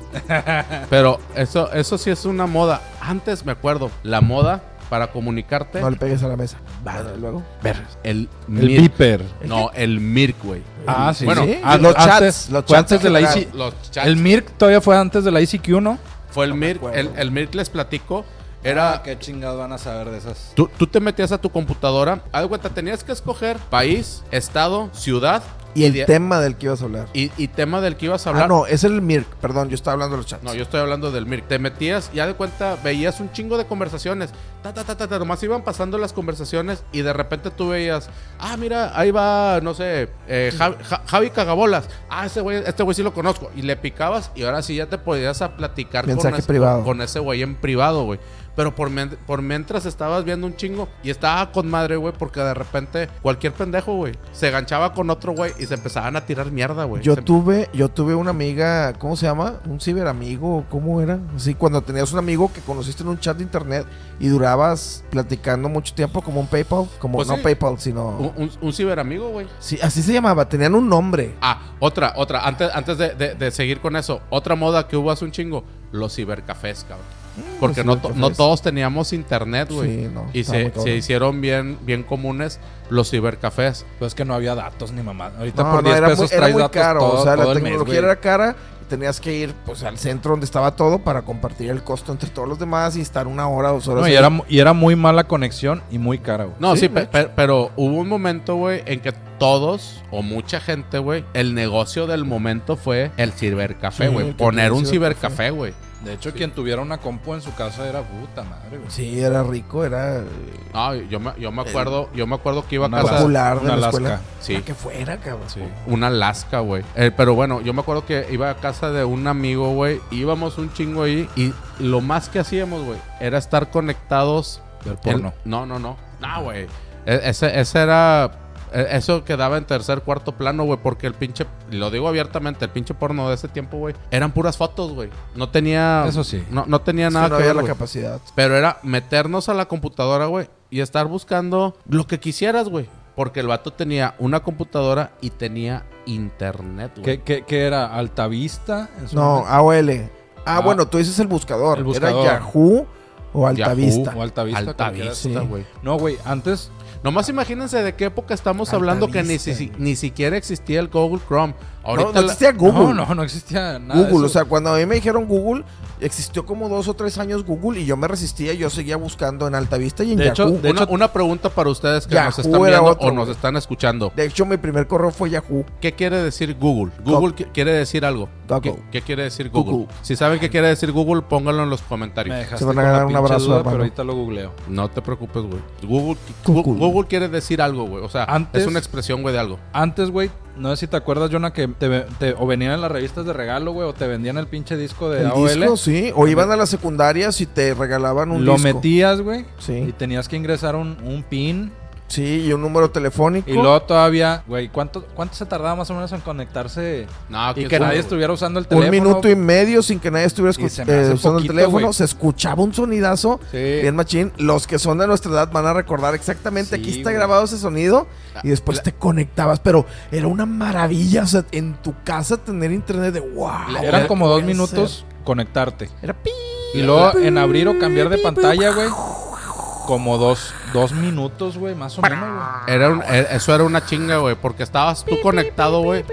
A: Pero eso, eso sí es una moda. Antes me acuerdo, la moda para comunicarte.
C: No le pegues a la mesa.
A: Vale.
C: Bueno, y luego.
A: Ver, el,
B: El
A: Mirk.
B: Viper.
A: No, el Mirk, güey.
B: Ah, sí.
A: Bueno,
B: sí.
C: ah, los chats, los
B: fue
C: chats
B: antes de
C: en
B: la
C: general.
B: IC.
A: Los chats.
B: El Mirk todavía fue antes de la ICQ, ¿no?
A: Fue el
C: No me
A: Mirk.
C: acuerdo.
A: El, el Mirk les platico. Era.
B: Ah, qué chingados van a saber de esas.
A: Tú, tú te metías a tu computadora. Haz de cuenta, tenías que escoger país, estado, ciudad.
C: Y el
A: de-
C: tema del que ibas a hablar.
A: y, y tema del que ibas a hablar.
C: Ah, no, es el Mirk. Perdón, yo estaba hablando de los chats.
A: No, yo estoy hablando del Mirk. Te metías, ya de cuenta, veías un chingo de conversaciones. Ta, ta, ta, ta, ta, nomás iban pasando las conversaciones y de repente tú veías, ah, mira, ahí va, no sé, eh, Javi, Ja- Javi Cagabolas. Ah, ese güey, este güey sí lo conozco. Y le picabas y ahora sí ya te podías a platicar
C: Mensaje
A: ese,
C: privado.
A: con ese güey en privado, güey. Pero por, men- por mientras estabas viendo un chingo y estaba con madre, güey, porque de repente cualquier pendejo, güey, se ganchaba con otro güey y se empezaban a tirar mierda, güey.
C: Yo
A: Se-
C: tuve, yo tuve una amiga, ¿cómo se llama? Un ciberamigo, ¿cómo era? Así, cuando tenías un amigo que conociste en un chat de internet y durabas platicando mucho tiempo como un PayPal, como
A: Pues
C: no
A: sí.
C: PayPal, sino...
A: un, un, un ciberamigo, güey.
C: Sí, así se llamaba, tenían un nombre.
A: Ah, otra, otra. Antes, antes de, de- de seguir con eso, otra moda que hubo hace un chingo, los cibercafés, cabrón. Porque
C: los
A: no, to- no
C: cibercafés.
A: todos teníamos internet, güey.
C: Sí, no,
A: y
C: estaba muy
A: se,
C: cabrón.
A: se hicieron bien, bien comunes los cibercafés.
B: Pues que no había datos ni mamá. Ahorita
C: No,
B: por
C: no,
B: 10
C: era muy,
B: pesos
C: era
B: traes
C: muy
B: datos
C: caro.
B: todo,
C: o sea, la
B: todo el mes,
C: tecnología
B: güey.
C: era cara y tenías que ir pues, al centro donde estaba todo para compartir el costo entre todos los demás y estar una hora, dos horas.
B: No, y, era, mu- y era muy mala conexión y muy cara, güey.
A: No, sí,
C: Sí, de
A: pe-
C: hecho.
A: pe- pero hubo un momento, güey, en que todos o mucha gente, güey, el negocio del momento fue el cibercafé,
C: Sí,
A: güey.
C: el que
A: Poner
C: tenía
A: un
C: cibercafé.
A: cibercafé, güey.
B: De hecho, quien tuviera una compu en su casa era puta madre, güey.
C: Sí, era rico, era eh,
A: No, yo me, yo me acuerdo, yo me acuerdo que iba a
B: Una
A: casa.
B: Alaska.
C: popular de
B: Una
C: la
B: Alaska.
C: escuela.
A: Sí.
C: Para que fuera, cabrón.
A: Sí. Un Alaska, güey. Eh, pero bueno, yo me acuerdo que iba a casa de un amigo, güey. Íbamos un chingo ahí. Y lo más que hacíamos, güey, era estar conectados.
B: Del
A: en-
B: porno.
A: No, no, no. No, güey. E- Ese, ese era. e- Eso quedaba en tercer, cuarto plano, güey, porque el pinche, lo digo abiertamente, el pinche porno de ese tiempo, güey, eran puras fotos, güey. No tenía.
B: Eso sí.
A: No, no tenía
C: Es que
A: nada que
C: no había
A: ver,
C: la
A: güey.
C: capacidad.
A: Pero era meternos a la computadora, güey, y estar buscando lo que quisieras, güey. Porque el vato tenía una computadora y tenía internet, güey.
B: ¿Qué, qué, qué era? ¿Altavista? en su
C: No,
B: momento?
C: AOL. Ah,
B: Ah.
C: bueno, tú dices el buscador.
B: El buscador.
C: Era Yahoo o Altavista.
B: O Altavista. cualquiera de
A: Altavista,
B: esas.
C: sí.
A: güey.
B: No, güey, antes
A: Nomás imagínense de qué época estamos hablando que ni,
C: Altavista,
A: si-
C: güey.
A: ni siquiera existía el Google Chrome. Ahorita
C: no, no
A: la-
C: existía
B: No,
C: Google.
B: no, no existía nada. de
C: Google, o
B: eso.
C: sea, cuando a mí me dijeron Google, existió como dos o tres años Google y yo me resistía, yo seguía buscando en Altavista y en
A: de hecho,
C: Yahoo.
A: de hecho, una pregunta para ustedes que nos
C: Yahoo
A: están
C: era
A: viendo
C: otro,
A: o nos
C: güey.
A: están escuchando.
C: De hecho, mi primer correo fue Yahoo.
A: ¿Qué quiere decir Google? Google qui- quiere decir algo.
C: Google.
A: ¿Qué, qué quiere decir Google?
C: Google.
A: Si saben qué quiere decir Google, pónganlo en los
B: Me
A: comentarios.
B: dejaste
C: Se van a
B: con la
C: ganar un
B: pinche
C: abrazo,
B: duda,
C: hermano.
B: pero ahorita lo googleo.
A: No te preocupes, güey. Google,
C: Google.
A: Google. quiere decir algo, güey. O sea,
B: Antes-
A: es una expresión, güey, de algo.
B: Antes, güey, no sé si te acuerdas, Jonah, que te, ve- te- o venían en las revistas de regalo, güey, o te vendían el pinche disco de
C: El
B: AOL.
C: disco, sí. O iban a las secundarias y te regalaban un
B: lo
C: disco.
B: metías, güey,
C: Sí.
B: y tenías que ingresar un, un pin.
C: Sí, y un número telefónico.
B: Y luego todavía, güey, ¿cuánto, ¿cuánto se tardaba más o menos en conectarse
A: No,
B: y
A: quién
B: que
A: sabe,
B: nadie
A: güey.
B: estuviera usando el
C: un
B: teléfono?
C: minuto y medio sin que nadie estuviera
B: Y
C: escu-
B: se me hace
C: eh, usando
B: poquito,
C: el teléfono.
B: güey.
C: Se escuchaba un sonidazo.
B: Sí.
C: Bien machín. Los que son de nuestra edad van a recordar exactamente.
B: Sí,
C: aquí está
B: güey.
C: grabado ese sonido. Y después te conectabas. Pero era una maravilla. O sea, en tu casa tener internet de wow.
B: Eran
C: ¿qué
B: como
C: voy
B: dos
C: a
B: minutos conectarte.
C: hacer? Era pi.
B: Y luego en abrir o cambiar de pantalla, güey, como dos, dos minutos, güey, más o menos, güey.
A: Era un- eh, eso era una chinga, güey, porque estabas tú conectado, güey.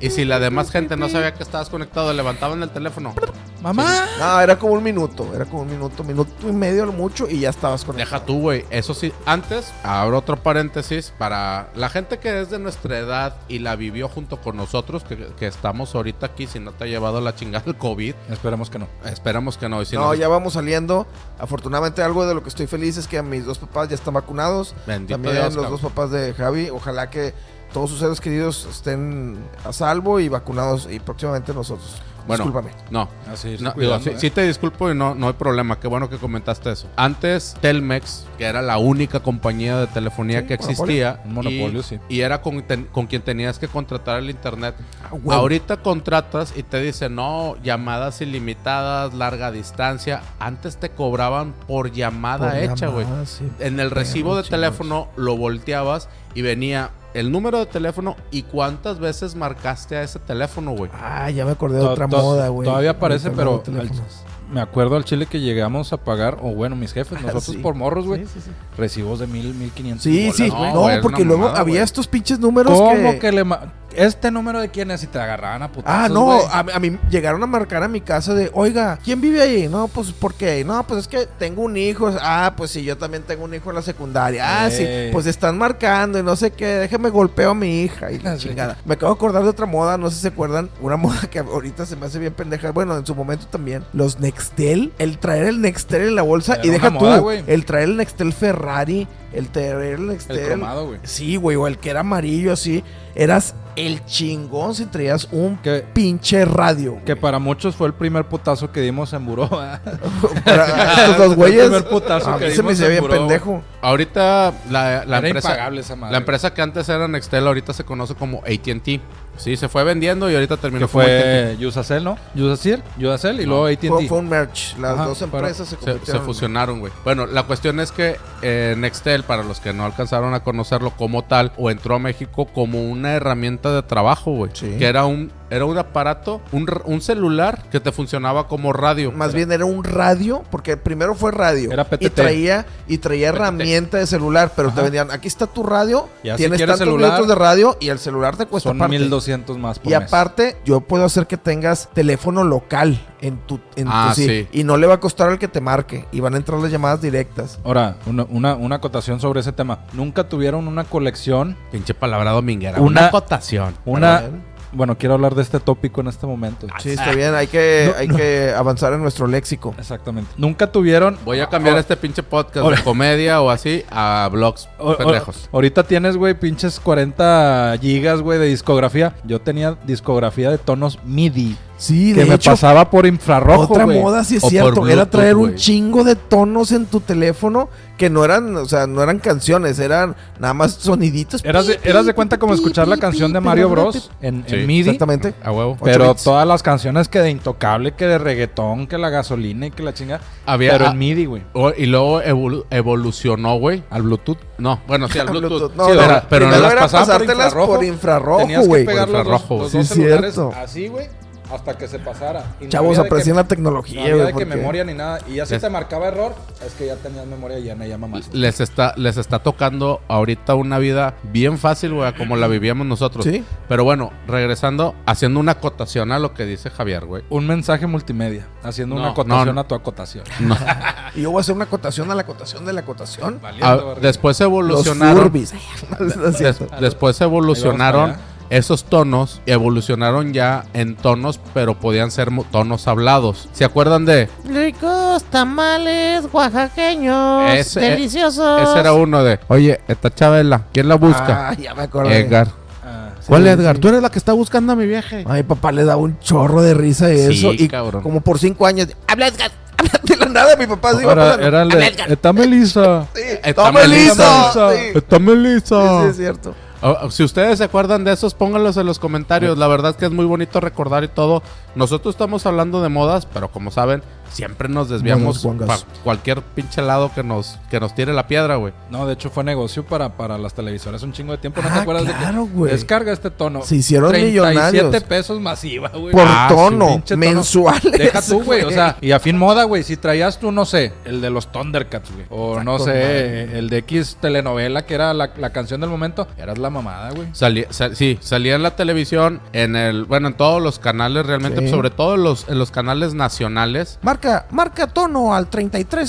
A: Y si la demás gente no sabía que estabas conectado, levantaban el teléfono.
B: ¡Mamá!
C: No, era como un minuto. Era como un minuto, minuto y medio a lo mucho. Y ya estabas conectado.
A: Deja tú, güey. Eso sí, antes, abro otro paréntesis para la gente que es de nuestra edad y la vivió junto con nosotros, que, que estamos ahorita aquí, si no te ha llevado la chingada el COVID,
B: Esperemos que no.
A: esperamos que no. Y si
C: no,
A: nos-
C: ya vamos saliendo. Afortunadamente, algo de lo que estoy feliz es que mis dos papás ya están vacunados.
A: Bendito
C: También
A: Dios,
C: los
A: cabrón.
C: dos papás de Javi. Ojalá que todos sus seres queridos estén a salvo y vacunados. Y próximamente nosotros.
A: Bueno,
C: Discúlpame.
A: No,
B: Así ¿eh?
A: No, digo, sí, sí te disculpo y no, no hay problema. Qué bueno que comentaste eso. Antes, Telmex, que era la única compañía de telefonía
C: Sí,
A: que
C: monopolio.
A: existía.
B: Un monopolio,
A: y,
B: sí.
A: Y era con, ten- con quien tenías que contratar el internet.
C: Ah, huevo.
A: Ahorita contratas y te dicen, no, llamadas ilimitadas, larga distancia. Antes te cobraban por llamada
C: Por
A: hecha, güey. Eh,
C: llamada, sí.
A: En el recibo de
C: chingos.
A: teléfono lo volteabas y venía el número de teléfono y cuántas veces marcaste a ese teléfono, güey.
C: Ah, ya me acordé de
B: To-
C: otra
B: to-
C: moda, güey.
B: todavía aparece,
C: Ahorita hablando
B: pero
C: de teléfonos.
B: me acuerdo al chile que llegamos a pagar, o bueno, mis jefes, nosotros
C: sí.
B: por morros, güey,
D: Sí, sí, sí.
B: recibos de mil, mil quinientos.
C: Sí, sí.
A: No,
C: No,
A: güey,
C: porque
A: una
C: luego
A: mamada,
C: había
A: güey.
C: estos pinches números
B: ¿Cómo
C: que...
B: que le ma- este número de quién es? Y te agarraban a putazos,
C: Ah, no,
B: güey.
C: a, mí- a mí llegaron a marcar a mi casa de, oiga, ¿quién vive ahí? No, pues, ¿por qué? No, pues es que tengo un hijo. Ah, pues sí, yo también tengo un hijo en la secundaria. Ah,
B: Ey.
C: sí, pues están marcando y no sé qué, déjeme golpeo a mi hija y la
B: Sí.
C: chingada. Me acabo de acordar de otra moda, no sé si se acuerdan, una moda que ahorita se me hace bien pendeja. Bueno, en su momento también, los Nextel, el traer el Nextel en la bolsa
B: Era
C: y deja
B: una moda,
C: tú,
B: güey.
C: el traer el Nextel Ferrari, el traer el Nextel...
B: El cromado, güey.
C: Sí, güey, o el que era amarillo así, eras el chingón si traías un
B: Que,
C: pinche radio. güey.
B: que para muchos fue el primer putazo que dimos en Buró. ¿verdad?
C: Para estos dos güeyes. Ah,
B: El primer putazo
C: A
B: que
C: mí se me
B: dimos
C: hizo
B: en
C: bien
B: Buró, güey.
C: pendejo.
A: Ahorita la, la
B: Era
A: empresa...
B: impagable esa madre.
A: La empresa que antes era Nextel ahorita se conoce como AT&T. Sí, se fue vendiendo y ahorita terminó
B: Que
A: como AT&T.
B: fue Yusacel, ¿no? Yusacel, Yusacel y luego
C: Fue,
B: AT&T.
C: fue un merch. Las
B: Ajá,
C: dos
B: para-
C: empresas se
A: Se, se
C: convirtieron.
A: fusionaron, güey. Bueno, la cuestión es que eh, Nextel, para los que no alcanzaron a conocerlo como tal, o entró a México como una herramienta de trabajo, güey.
C: Sí.
A: Que era un, era un aparato, un, r- un celular que te funcionaba como radio.
C: Más bien era un radio, porque primero fue radio.
B: Era PTT.
C: Y traía, y traía
A: PTT.
C: herramienta de celular, pero te vendían, aquí está tu radio,
B: Ya, si
C: tienes
B: quieres
C: tantos
B: celular,
C: minutos de radio y el celular te cuesta
B: Son
C: aparte.
B: 1200 más por
C: Y
B: mes.
C: aparte, yo puedo hacer que tengas teléfono local en tu, en tu
A: Ah,
C: sí,
A: sí.
C: Y no le va a costar al que te marque. Y van a entrar las llamadas directas.
B: Ahora, una, una, una acotación sobre ese tema. Nunca tuvieron una colección,
A: Pinche palabra dominguera.
B: Una-
A: Una cotación.
B: una...
C: Perdón.
B: Bueno, quiero hablar de este tópico en este momento.
C: Sí, está bien. Hay que, hay que avanzar en nuestro léxico.
B: Exactamente. Nunca tuvieron...
A: Voy a cambiar
B: Ahora-
A: este pinche podcast
B: Ahora-
A: de comedia o así a blogs
B: O- o-
A: pendejos.
B: ahorita tienes, güey, pinches 40 gigas, güey, de discografía. Yo tenía discografía de tonos MIDI.
C: Sí,
B: que me pasaba por infrarrojo,
C: otra
B: güey.
C: moda, sí es
A: O por
C: cierto,
A: Bluetooth,
C: era traer un
A: güey.
C: chingo de tonos en tu teléfono que no eran, o sea, no eran canciones, eran nada más soniditos.
B: Eras de, eras de cuenta como escuchar la canción de Mario Bros. en, en
A: Sí.
B: MIDI.
C: Exactamente.
A: A huevo.
C: Ocho
B: Pero
C: bits.
B: todas las canciones que de Intocable, que de reggaetón, que la gasolina y que la chinga.
A: Había-
B: pero
A: ah.
B: en MIDI, güey.
A: O- y luego evolu- evolucionó, güey.
B: Al Bluetooth.
A: No, bueno, sí, al Bluetooth.
C: Bluetooth, no,
A: Sí,
C: no,
A: pero, pero no
C: primero
A: las
C: era
A: pasaba por
C: pasártelas
A: infrarrojo.
C: por infrarrojo,
B: Tenías
C: güey.
B: que pegar los, dos-
A: infrarrojo,
B: los
A: güey.
B: dos
C: Sí,
B: celulares
C: cierto.
B: así, güey, hasta que se pasara. Y no
C: Chavos,
B: había de que-
C: aprecian la
B: No
C: tecnología,
B: había
C: güey.
B: de que
C: porque-
B: memoria ni nada. Y ya si
A: Es-
B: te marcaba error, es que ya tenías memoria llena y ya mamás.
A: les está, les está tocando ahorita una vida bien fácil, güey, como la vivíamos nosotros.
C: Sí.
A: Pero bueno, regresando, haciendo una acotación a lo que dice Javier, güey.
B: Un mensaje multimedia, haciendo
A: No,
B: una acotación
A: no, no.
B: a tu acotación.
A: No.
C: Y yo voy a hacer una acotación a la acotación de la acotación.
A: A-
B: Valiendo, verga.
A: Ah, después
C: Los
A: evolucionaron.
C: furbis. No, no es
A: des-
C: cierto.
A: después
B: Ahí
A: evolucionaron
B: vamos
A: esos tonos, evolucionaron ya en tonos, pero podían ser mo- tonos hablados. ¿Se acuerdan de?
E: Ricos tamales oaxaqueños.
A: Ese- eh,
E: deliciosos.
A: Ese era uno de, oye, esta Chabela, ¿quién la busca?
C: Ah, ya me acordé.
A: Edgar.
B: Ah, sí.
A: ¿Cuál
C: Sí,
A: Edgar?
C: sí.
A: Tú eres la que está buscando a mi vieja.
C: A mi papá le daba un chorro de risa de
A: Sí,
C: eso. Y
A: cabrón.
C: como por cinco años, habla Edgar, habla de la nada. Mi papá se iba
B: Ahora,
C: pasando.
B: era el de- Está Melissa.
C: Sí,
A: Está
C: toma el
A: Melissa.
C: liso. Sí. Sí,
A: Está Melissa.
C: sí, es cierto.
A: Ah, Si ustedes se acuerdan de esos, pónganlos en los comentarios. La verdad que es muy bonito recordar y todo. Nosotros estamos hablando de modas, pero como saben, siempre nos desviamos
C: Modas guangas.
A: pa' cualquier pinche lado que nos, que nos tire la piedra, güey.
B: No, de hecho fue negocio para, para las televisoras un chingo de tiempo. ¿No te
C: Ah,
B: acuerdas
C: claro,
B: de que
C: güey.
B: descarga este tono?
C: Se hicieron
B: 37
C: millonarios.
B: pesos masiva, güey.
C: Por
A: Ah, sí,
C: tono,
B: pinche tono.
C: mensuales.
B: Deja tú, güey. O sea, y a fin moda, güey. Si traías tú, no sé, el de los Thundercats, güey. O no sé, el de X telenovela, que era la, la canción del momento. Eras la mamada, güey.
A: Salía, sal- sí, salía en la televisión, en el, bueno, en todos los canales realmente,
C: Sí.
A: sobre todo en los, en los canales nacionales.
C: Marca, marca tono al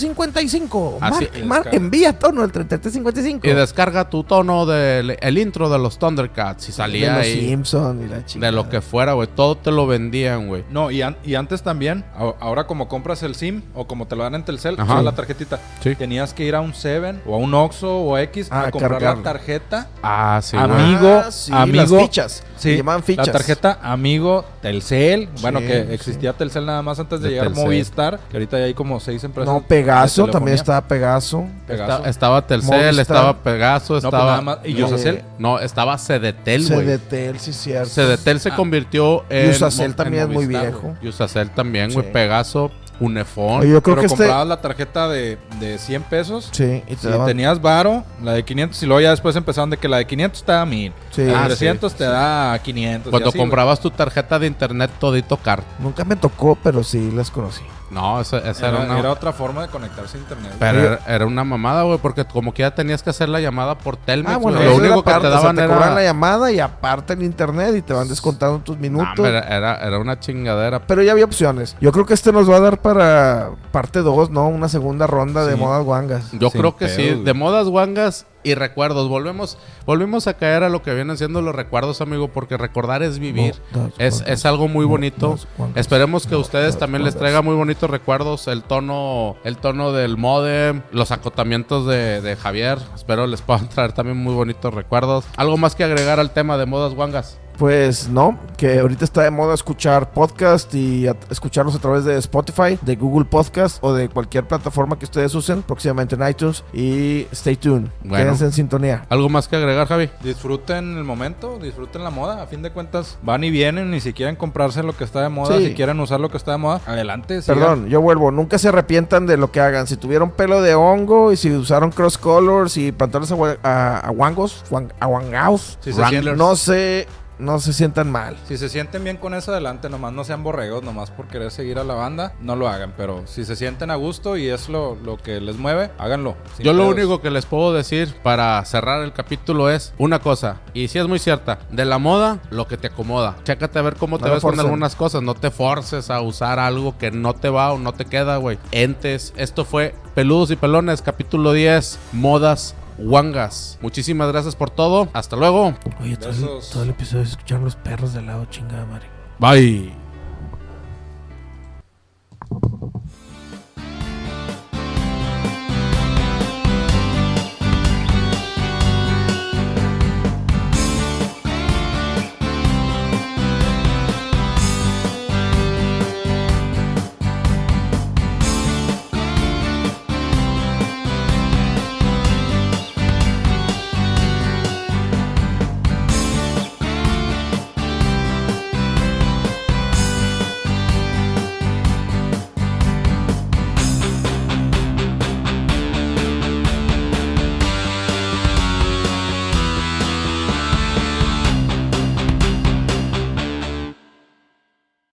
C: 3355.
A: Así
C: Mar-
A: es,
C: mar-
B: cara.
C: envía tono al 3355.
A: Y descarga tu tono del el intro de los Thundercats. Y salía
C: de los
A: ahí
C: Simpson y la chica.
A: de lo que fuera, güey. Todo te lo vendían, güey.
B: No, y, an- y antes también, a- ahora como compras el SIM o como te lo dan en Telcel,
A: Ajá.
B: o sea, la tarjetita,
A: Sí.
B: tenías que ir a un Seven o a un Oxxo o a X
C: Ah,
B: a comprar
C: cargarlo.
B: la tarjeta.
A: Ah, sí,
B: A
A: güey.
B: mí- amigo,
C: las
B: amigo.
C: fichas. Se llamaban fichas.
B: La tarjeta Amigo Telcel. Bueno,
C: Sí,
B: que
C: sí.
B: existía Telcel nada más antes de,
A: De
B: llegar
A: Telcel.
B: Movistar, que ahorita ya hay como seis empresas.
C: No, Pegaso,
B: de
C: también
B: telefonía.
C: estaba Pegaso.
B: Pegaso.
A: Esta- estaba Telcel,
C: Movistar.
A: estaba Pegaso,
B: No, pues
A: estaba.
B: nada más. Y
C: No.
B: Yusacel.
A: No, estaba Cedetel, güey.
C: CDTL, sí, cierto.
A: Cedetel se
B: Ah.
A: convirtió en.
C: Usacel
B: Mo-
C: también
B: en
C: es muy
B: Movistar,
C: viejo.
A: Mo- Usacel también, güey.
C: Sí.
A: Pegaso, Unifón.
C: Oye, yo
B: Pero
C: creo que este.
B: comprabas la tarjeta de, de 100 pesos.
C: Sí, y te
B: Si
C: daban-
B: tenías varo, la de 500, y luego ya después empezaron de que la de 500 te da 1000,
C: Sí.
B: la de
A: Ah,
B: 300 te da 500. y
C: pues
A: Cuando
B: así, güey.
A: comprabas tu tarjeta de internet, todito car.
C: Nunca me tocó, pero sí las conocí.
A: No, esa, esa
B: Era,
A: era, una...
B: era otra forma de conectarse a internet. güey.
A: Pero era, era una mamada, güey, porque como que ya tenías que hacer la llamada por Telmex.
C: Ah, bueno,
A: güey.
C: eso
A: lo
C: era
A: único que
C: aparte,
A: te
C: o sea,
A: daban era...
C: cobran la llamada y aparte el internet y te van descontando tus
A: No,
C: minutos.
A: hombre, era, era- era una chingadera.
C: Pero ya había opciones. Yo creo que este nos va a dar para parte 2, ¿no? Una segunda ronda de
B: Sí.
C: modas guangas.
A: Yo
B: Sin
A: creo que
B: pedo,
A: sí,
B: güey.
A: de modas guangas y recuerdos. Volvemos, volvemos a caer a lo que vienen siendo los recuerdos, amigo, porque recordar es vivir.
C: Modas
A: Es,
C: guangas,
A: es algo muy bonito.
C: modas guangas,
A: Esperemos que a ustedes
C: modas
A: también les
C: guangas.
A: traiga muy bonitos recuerdos. El tono, el tono del modem, los acotamientos de, de Javier. Espero les puedan traer también muy bonitos recuerdos. Algo más que agregar al tema de modas guangas.
C: Pues no, que ahorita está de moda escuchar podcast y a- escucharnos a través de Spotify, de Google Podcast o de cualquier plataforma que ustedes usen, próximamente en iTunes. Y stay tuned.
A: Bueno.
C: Quédense en sintonía.
A: Algo más que agregar, Javi.
B: Disfruten el momento, disfruten la moda. A fin de cuentas, van y vienen y si quieren comprarse lo que está de moda,
C: Sí.
B: si quieren usar lo que está de moda, adelante. sigan.
C: Perdón, yo vuelvo. Nunca se arrepientan de lo que hagan. Si tuvieron pelo de hongo y si usaron cross colors y pantalones agua- a- aguangos, guang- aguangaos,
B: Si se,
A: Wranglers.
B: sienten,
C: no se, no se sientan mal.
B: si se sienten bien con eso, adelante. Nomás no sean borregos, nomás por querer seguir a la banda, no lo hagan. Pero si se sienten a gusto y es lo, lo que les mueve, háganlo. sin
A: Yo lo
B: pedos.
A: único que les puedo decir para cerrar el capítulo es una cosa, y si es muy cierta, de la moda, lo que te acomoda. Chécate a ver cómo
C: No
A: te
C: lo
A: ves
C: forcen.
A: con algunas cosas, no te forces a usar algo que no te va o no te queda, güey. Entes, esto fue Peludos y Pelones, capítulo 10, modas. Wangas, muchísimas gracias por todo. Hasta luego.
D: Oye, todo el,
B: Besos.
D: todo el episodio se escucharon los perros de lado, chingada madre.
A: Bye.